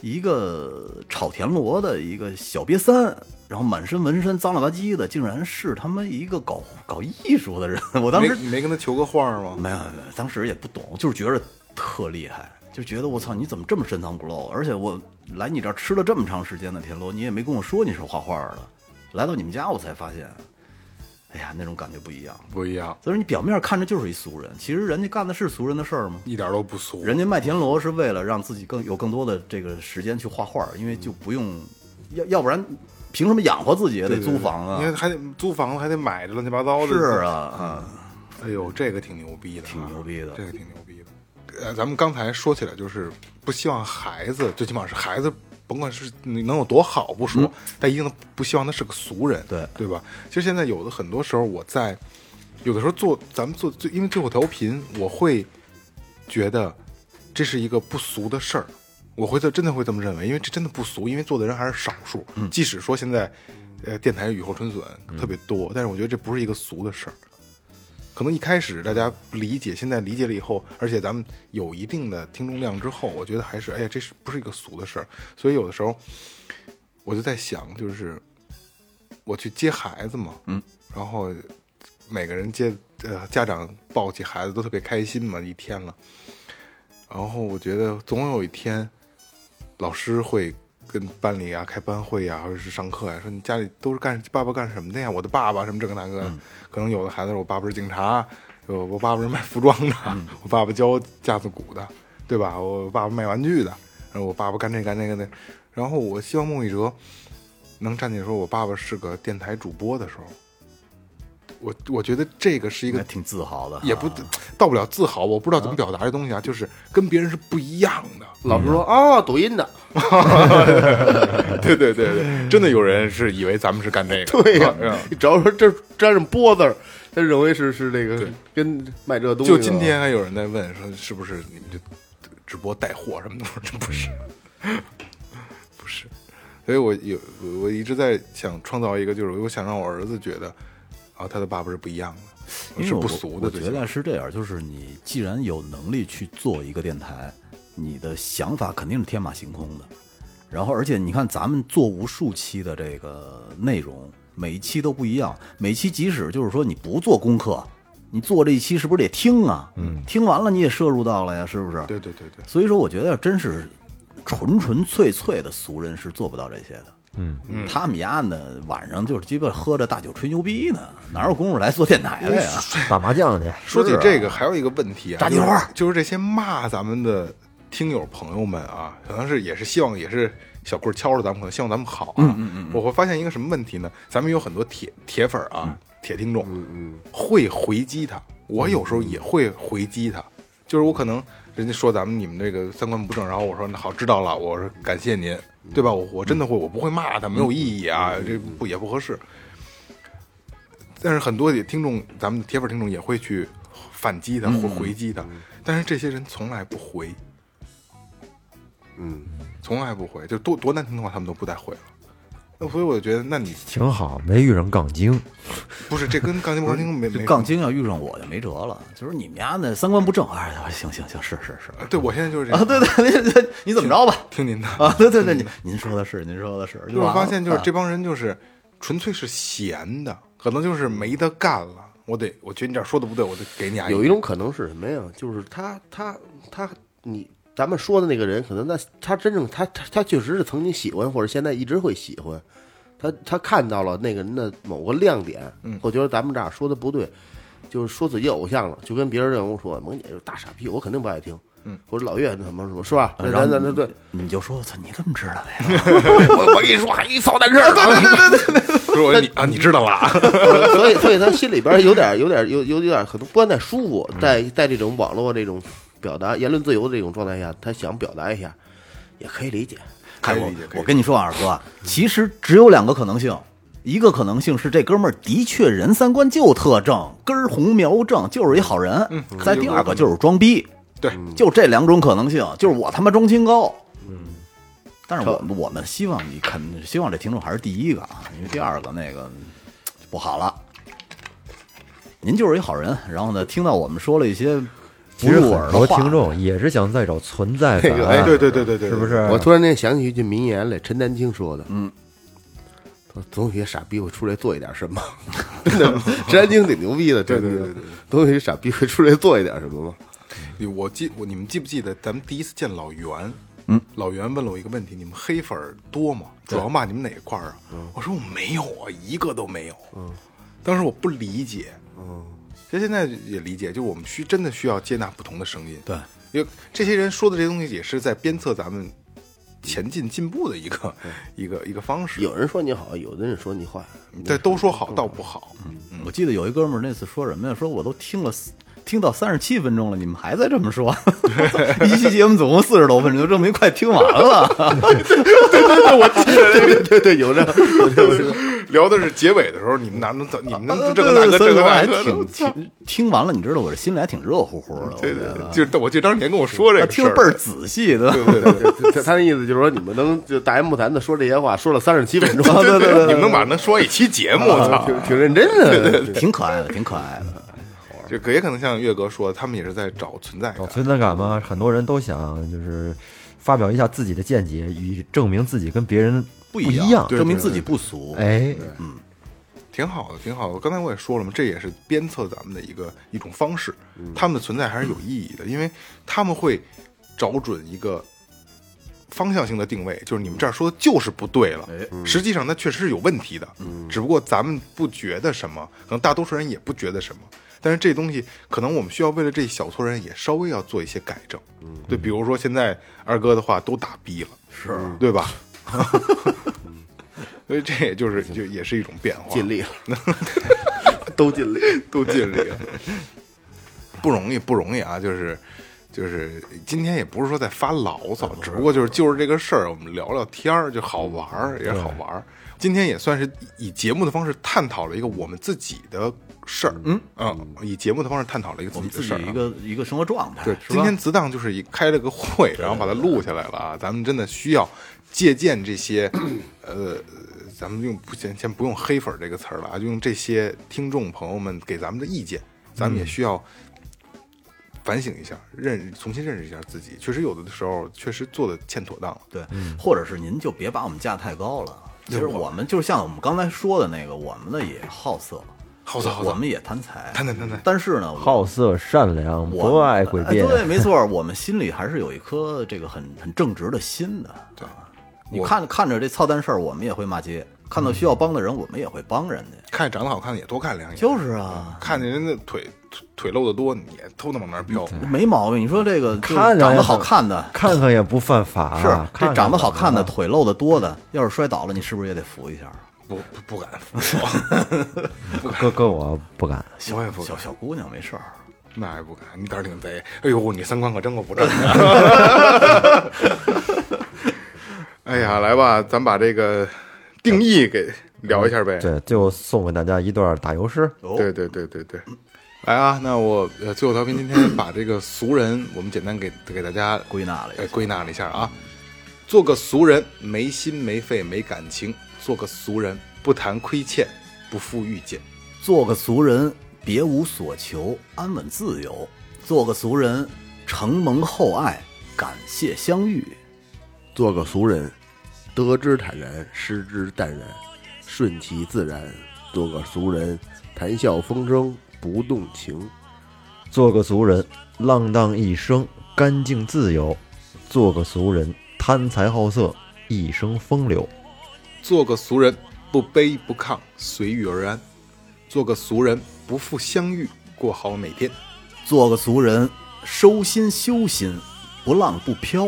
Speaker 4: 一个炒田螺的一个小瘪三，然后满身纹身脏了吧唧的，竟然是他妈一个搞搞艺术的人。 [laughs] 我当
Speaker 1: 没
Speaker 4: 时
Speaker 1: 没跟他求个画儿吗？
Speaker 4: 没有没有，没有当时也不懂，就是觉得特厉害，就觉得我操，你怎么这么深藏不露？而且我来你这儿吃了这么长时间的田螺，你也没跟我说你是画画的。来到你们家，我才发现，哎呀，那种感觉不一样。
Speaker 1: 不一样，
Speaker 4: 所以说你表面看着就是一俗人，其实人家干的是俗人的事儿吗？
Speaker 1: 一点都不俗。
Speaker 4: 人家卖田螺是为了让自己更有更多的这个时间去画画，因为就不用，要要不然凭什么养活自己也得
Speaker 1: 对对对
Speaker 4: 租房啊
Speaker 1: 你？看还得租房子，还得买这乱七八糟的。
Speaker 4: 是啊，啊，
Speaker 1: 哎呦，这个挺牛逼的啊，
Speaker 4: 挺牛逼的
Speaker 1: 这个挺牛逼的。呃，咱们刚才说起来，就是不希望孩子，最起码是孩子，甭管是你能有多好不说，但一定不希望他是个俗人，
Speaker 4: 嗯对
Speaker 1: 对吧？其实现在有的很多时候，我在有的时候做，咱们做最，因为最后调频，我会觉得这是一个不俗的事儿，我会这真的会这么认为，因为这真的不俗，因为做的人还是少数。
Speaker 4: 嗯
Speaker 1: 即使说现在，呃，电台雨后春笋特别多，但是我觉得这不是一个俗的事儿。可能一开始大家不理解，现在理解了以后，而且咱们有一定的听众量之后，我觉得还是，哎呀，这是不是一个俗的事儿？所以有的时候我就在想，就是我去接孩子嘛，嗯，然后每个人接呃家长抱起孩子都特别开心嘛，一天了。然后我觉得总有一天，老师会跟班里啊开班会呀、或者是上课呀、说你家里都是干爸爸干什么的呀？我的爸爸什么这个那个的，可能有的孩子说我爸爸是警察，有我爸爸是卖服装的，我爸爸教架子鼓的，对吧？我爸爸卖玩具的，然后我爸爸干这干那个的。然后我希望孟雨哲能站起来说，我爸爸是个电台主播的时候，我我觉得这个是一
Speaker 4: 应
Speaker 1: 个
Speaker 4: 该挺自豪的。
Speaker 1: 也不到不了自豪，我不知道怎么表达这东西啊，就是跟别人是不一样的。
Speaker 2: 老师说啊，抖音的，
Speaker 1: [laughs]
Speaker 2: [laughs]
Speaker 1: 对对对对，真的有人是以为咱们是干这个，
Speaker 2: 对呀
Speaker 1: 嗯
Speaker 2: 你只要说这沾上“波”字儿，他认为是是这个跟卖这东西
Speaker 1: 就
Speaker 2: 的。
Speaker 1: 今天还有人在问说是不是你们这直播带货什么的，我 [laughs] 说真不是，嗯不是。所以我有我我一直在想创造一个，就是我想让我儿子觉得啊，他的爸爸是不一样的，
Speaker 4: 因
Speaker 1: 是
Speaker 4: 为我
Speaker 1: 不俗的。
Speaker 4: 我
Speaker 1: 最
Speaker 4: 觉
Speaker 1: 起码
Speaker 4: 得是这样，就是你既然有能力去做一个电台，你的想法肯定是天马行空的。然后，而且你看，咱们做无数期的这个内容，每一期都不一样。每期即使就是说你不做功课，你做这一期是不是得听啊？嗯，听完了你也摄入到了呀，是不是？
Speaker 1: 对对对对，
Speaker 4: 所以说，我觉得要真是纯纯粹粹的俗人是做不到这些的。嗯，他们家呢晚上就是鸡巴喝着大酒吹牛逼呢，哪有功夫来做电台的呀？
Speaker 5: 打麻将去，
Speaker 1: 说起这个，还有一个问题啊，
Speaker 4: 炸鸡
Speaker 1: 就是
Speaker 4: 花
Speaker 1: 就是这些骂咱们的听友朋友们啊，可能是也是希望也是小棍儿敲着咱们，可能希望咱们好啊。我会发现一个什么问题呢？咱们有很多铁铁粉儿啊，铁听众，会回击他。我有时候也会回击他，就是我可能人家说咱们你们这个三观不正，然后我说那好知道了，我说感谢您，对吧？我我真的会，我不会骂他，没有意义啊，这不也不合适。但是很多也听众，咱们的铁粉听众也会去反击他或回击他，但是这些人从来不回，
Speaker 2: 嗯，
Speaker 1: 从来不回，就多多难听的话他们都不带回了。那所以我觉得，那你
Speaker 5: 挺好，没遇上杠精，
Speaker 1: 不是这跟钢琴不钢琴
Speaker 2: 嗯
Speaker 1: 没
Speaker 4: 这
Speaker 1: 没
Speaker 4: 杠精要遇上我就没辙了，就是你们家那三观不正，哎，行行行，是是是，
Speaker 1: 对我现在就是这样
Speaker 4: 啊，对对，对对你怎么着吧？
Speaker 1: 听您的。
Speaker 4: 啊，对对对，您您说的是，您说的是，就
Speaker 1: 我
Speaker 4: 完了
Speaker 1: 发嗯现就是
Speaker 4: 啊
Speaker 1: 这帮人就是纯粹是闲的，可能就是没得干了。我得，我觉得你这儿说的不对，我得给你啊
Speaker 2: 有一种可能是什么呀？就是他他他你咱们说的那个人，可能他他真正他他他确实是曾经喜欢，或者现在一直会喜欢。他他看到了那个人的某个亮点，
Speaker 4: 嗯
Speaker 2: 或觉得咱们这儿说的不对，就是说自己偶像了，就跟别人认为说萌姐就是大傻逼，我肯定不爱听。嗯，或者老岳什么什么是吧？那
Speaker 4: 啊然后
Speaker 2: 咱咱咱对，
Speaker 4: 你就说，我操，你怎么知道的呀？
Speaker 2: 我我跟你说，还一操蛋事儿。 [laughs] 对对对对
Speaker 1: 不是我你啊，你知道了
Speaker 2: [laughs]
Speaker 1: 啊，
Speaker 2: 所 [laughs] 嗯以，所以他心里边有点、有点、有有有点可能不但在舒服，在在这种网络这种表达言论自由的这种状态下，他想表达一下，也可以理解。
Speaker 1: 可以
Speaker 4: 我
Speaker 1: 理解可以
Speaker 4: 我跟你说啊，二哥，其实只有两个可能性，一个可能性是这哥们儿的确人三观就特正，根儿红苗正，就是一好人。嗯，再第二个就是装逼，
Speaker 1: 对，
Speaker 2: 嗯
Speaker 4: 就这两种可能性，就是我他妈中清高。嗯，但是我们我们希望你肯希望这听众还是第一个啊，因为第二个那个不好了。您就是一好人，然后呢，听到我们说了一些
Speaker 5: 其
Speaker 4: 不
Speaker 5: 实
Speaker 4: 入
Speaker 5: 很
Speaker 4: 耳的
Speaker 5: 多
Speaker 4: 话
Speaker 5: 听众也是想再找存在感，啊
Speaker 1: 哎，对对对对对，
Speaker 5: 是不
Speaker 1: 是？
Speaker 5: 是？
Speaker 2: 我突然间想起一句名言来，陈丹青说的，嗯，总有些傻逼会出来做一点什 [laughs] 么，真的，陈丹青挺牛逼的，对
Speaker 1: 对对对对，
Speaker 2: 总有些傻逼会出来做一点什么吗？
Speaker 1: 我记我你们记不记得咱们第一次见老袁？
Speaker 4: 嗯，
Speaker 1: 老袁问了我一个问题：你们黑粉儿多吗？主要骂你们哪一块儿啊？
Speaker 4: 嗯
Speaker 1: 我说我没有啊，一个都没有。嗯，当时我不理解。嗯，其实现在也理解，就我们需真的需要接纳不同的声音。
Speaker 4: 对，
Speaker 1: 因为这些人说的这些东西也是在鞭策咱们前进进步的一个 [laughs] 一个一个方式。
Speaker 2: 有人说你好，有的人说你 [laughs] 坏，
Speaker 1: 对，都说好倒不好。
Speaker 4: 我记得有一哥们儿那次说什么呀？说我都听了四听到三十七分钟了，你们还在这么说？ [laughs] 一期节目总共四十多分钟，证明快听完了。
Speaker 2: [laughs] 对对对，有的，
Speaker 1: [laughs] 聊的是结尾的时候，你们哪能 [laughs] 你们能这个那个这
Speaker 4: 对 [laughs] 对对
Speaker 1: 个那
Speaker 4: 呃我还
Speaker 1: 个
Speaker 4: 挺听听完了，你知道我这心里还挺热乎乎
Speaker 1: 对
Speaker 4: 的。我觉
Speaker 1: 对
Speaker 4: 得
Speaker 1: 对，啊就是我记得当时你还跟我说这
Speaker 4: 他
Speaker 1: 个
Speaker 4: 啊听
Speaker 1: 事
Speaker 4: 着
Speaker 1: 儿
Speaker 4: 倍儿仔细的。
Speaker 1: 对对对。
Speaker 2: 他他的意思就是说你们能就大言不惭的说这些话，说了三十七分钟，
Speaker 1: 对对对，你们啊能把能说一期节目，我操！
Speaker 2: 挺挺认真的，
Speaker 4: 挺可爱的，挺可爱的。
Speaker 1: 就可也可能像岳哥说，他们也是在找存在
Speaker 5: 找
Speaker 1: 感。
Speaker 5: 存在感嘛，很多人都想就是发表一下自己的见解，以证明自己跟别人不一样。
Speaker 1: 对
Speaker 4: 证明自己不俗。
Speaker 5: 哎，
Speaker 1: 挺好的，挺好的。刚才我也说了嘛，这也是鞭策咱们的一个一种方式。他们的存在还是有意义的，因为他们会找准一个方向性的定位，就是你们这儿说的就是不对了。实际上它确实是有问题的，只不过咱们不觉得什么，可能大多数人也不觉得什么。但是这东西，可能我们需要为了这一小撮人，也稍微要做一些改正。对，比如说现在二哥的话都打逼了，是对吧？ [laughs] 所以这也就是就也是一种变化，
Speaker 2: 尽力了，都尽力。
Speaker 1: 都尽力了， [laughs] 不容易，不容易啊！就是就是，今天也不是说在发牢
Speaker 4: 嗯
Speaker 1: 骚，只不过就是就是这个事儿，我们聊聊天儿，就好玩儿，
Speaker 4: 嗯
Speaker 1: 也好玩儿。今天也算是以节目的方式探讨了一个我们自己的事儿，嗯嗯，以节目的方式探讨了一个
Speaker 4: 我
Speaker 1: 自
Speaker 4: 们
Speaker 1: 己
Speaker 4: 自
Speaker 1: 的事
Speaker 4: 己
Speaker 1: 儿、
Speaker 4: 一
Speaker 1: 啊。
Speaker 4: 个一个生活状态，
Speaker 1: 对，
Speaker 4: 是
Speaker 1: 今
Speaker 4: 吧
Speaker 1: 天？子档就是一开了个会，然后把它录下来了啊。咱们真的需要借鉴这些，呃，咱们用不先先不用黑粉这个词儿了啊，就用这些听众朋友们给咱们的意见，咱们也需要反省一下，认重新认识一下自己。确实有的时候确实做的欠妥当了，
Speaker 4: 对，或者是您就别把我们架太高
Speaker 1: 嗯
Speaker 4: 了。其实我们就是像我们刚才说的那个，我们呢也好色，
Speaker 1: 好的好
Speaker 4: 我
Speaker 1: 的，
Speaker 4: 们也贪财，
Speaker 1: 谈谈谈谈，
Speaker 4: 但是呢，我
Speaker 5: 好色善良，
Speaker 4: 我
Speaker 5: 博爱诡辩
Speaker 4: 哎。对，没错，我们心里还是有一颗这个很很正直的心的。
Speaker 1: 对
Speaker 4: 你
Speaker 1: 我嗯
Speaker 4: 看看着这操蛋事儿，我们也会骂街；看到需要帮的人，我们也会帮人家。
Speaker 1: 看长得好看的也多看两眼，
Speaker 4: 就是啊，
Speaker 1: 看见人家腿腿腿露的多，你也偷偷往那儿飘。
Speaker 4: 没毛病。你说这个就是
Speaker 5: 看着
Speaker 4: 长
Speaker 5: 也
Speaker 4: 得好看的，
Speaker 2: 啊
Speaker 5: 看看也不犯法，啊
Speaker 4: 是
Speaker 5: 看
Speaker 4: 这
Speaker 5: 看
Speaker 4: 长得好
Speaker 5: 吧
Speaker 4: 看的，腿露的多的，要是摔倒了，你是不是也得扶一下？
Speaker 1: 不不不敢， [laughs]
Speaker 5: 哥哥我不敢。
Speaker 4: 小
Speaker 2: 哎
Speaker 1: 我也不
Speaker 4: 啊小小姑娘没事儿，
Speaker 1: 那也不敢，你胆儿挺贼。哎呦，你三观可真够不正的。 [laughs] 哎呀，来吧，咱把这个定义给聊一下呗。
Speaker 5: 对，就送给大家一段打油诗。
Speaker 1: 对对对对对来啊，那我呃，最后调频今天把这个俗人，我们简单给给大家
Speaker 4: 归纳了一
Speaker 1: 呃
Speaker 4: 下，
Speaker 1: 归纳了一下啊。做个俗人，没心没肺没感情；做个俗人，不谈亏欠，不负遇见。
Speaker 2: 哎
Speaker 4: 做个俗人，别无所求，安稳自由；做个俗人，承蒙厚爱，感谢相遇。
Speaker 2: 做个俗人，得之坦然，失之淡然，顺其自然。做个俗人，谈笑风生，不动情。
Speaker 5: 做个俗人，浪荡一生，干净自由；做个俗人，贪财好色，一生风流。
Speaker 1: 做个俗人，不卑不亢，随遇而安；做个俗人，不负相遇，过好每天。
Speaker 4: 做个俗人，收心修心，不浪不飘；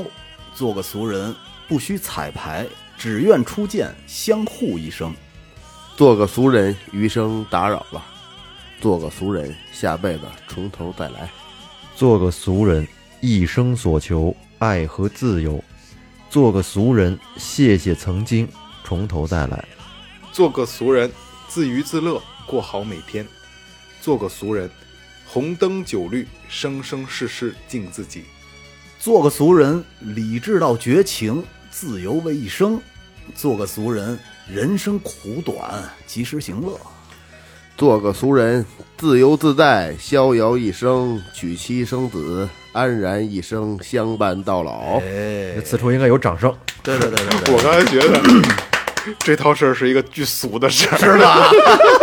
Speaker 4: 做个俗人，不需彩排，只愿初见，相护一生。
Speaker 2: 做个俗人，余生打扰吧。做个俗人，下辈子从头再来。
Speaker 5: 做个俗人，一生所求爱和自由，做个俗人，谢谢曾经，从头再来。
Speaker 1: 做个俗人，自娱自乐，过好每天；做个俗人，红灯酒绿，生生世世敬自己。
Speaker 4: 做个俗人，理智到绝情，自由为一生；做个俗人，人生苦短，及时行乐。
Speaker 2: 做个俗人，自由自在，逍遥一生，娶妻生子，安然一生，相伴到老。
Speaker 4: 哎，
Speaker 5: 此处应该有掌声。
Speaker 4: 对对对对对，
Speaker 1: 我刚才觉得 [laughs] 这套事儿是一个巨俗的事儿，是吧？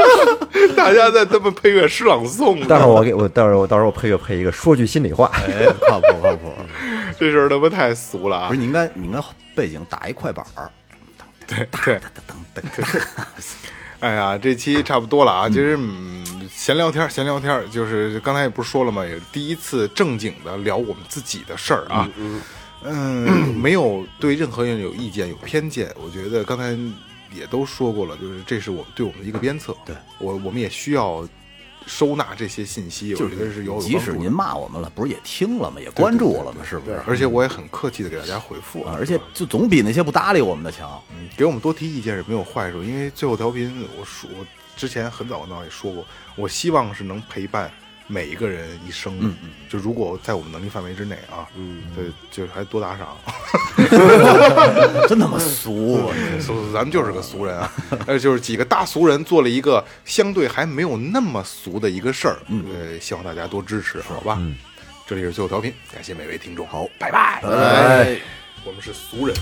Speaker 1: [laughs] 大家在他们配乐诗朗诵，
Speaker 5: 待会儿我给我待会儿我到时候我配乐配一个，说句心里话。
Speaker 4: 哎，靠谱靠谱。
Speaker 1: 这事儿他妈太俗了
Speaker 4: 不
Speaker 1: 啊
Speaker 4: 是，！你应该你应该背景打一快板儿，
Speaker 1: 对
Speaker 4: [laughs]
Speaker 1: 对，哎呀，这期差不多了啊，其实嗯，闲聊天儿，闲聊天儿，就是刚才也不是说了嘛，也是第一次正经的聊我们自己的事儿啊。嗯，没有对任何人有意见、有偏见。我觉得刚才也都说过了，就是这是我们对我们的一个鞭策。
Speaker 4: 对
Speaker 1: 我，我们也需要收纳这些信息，我觉得是有有
Speaker 4: 即使
Speaker 1: 帮助
Speaker 4: 您
Speaker 1: 的
Speaker 4: 骂我们了，不是也听了吗？也关注我了吗？是不是？
Speaker 1: 而且我也很客气的给大家回复
Speaker 4: 啊，而且就总比那些不搭理我们的强。
Speaker 1: 给我们多提意见是没有坏处，因为最后调频，我说我之前很早很早也说过，我希望是能陪伴每一个人一生。嗯嗯，就如果在我们能力范围之内啊，嗯，对，就是还多打赏，
Speaker 4: 真他妈俗！
Speaker 1: 俗咱们 [laughs] 就是个俗人啊， [laughs] 呃，就是几个大俗人做了一个相对还没有那么俗的一个事儿，呃，希望大家多支持，好吧？这里是最后调频，感谢每位听众，好，拜拜，拜拜，我们是俗人。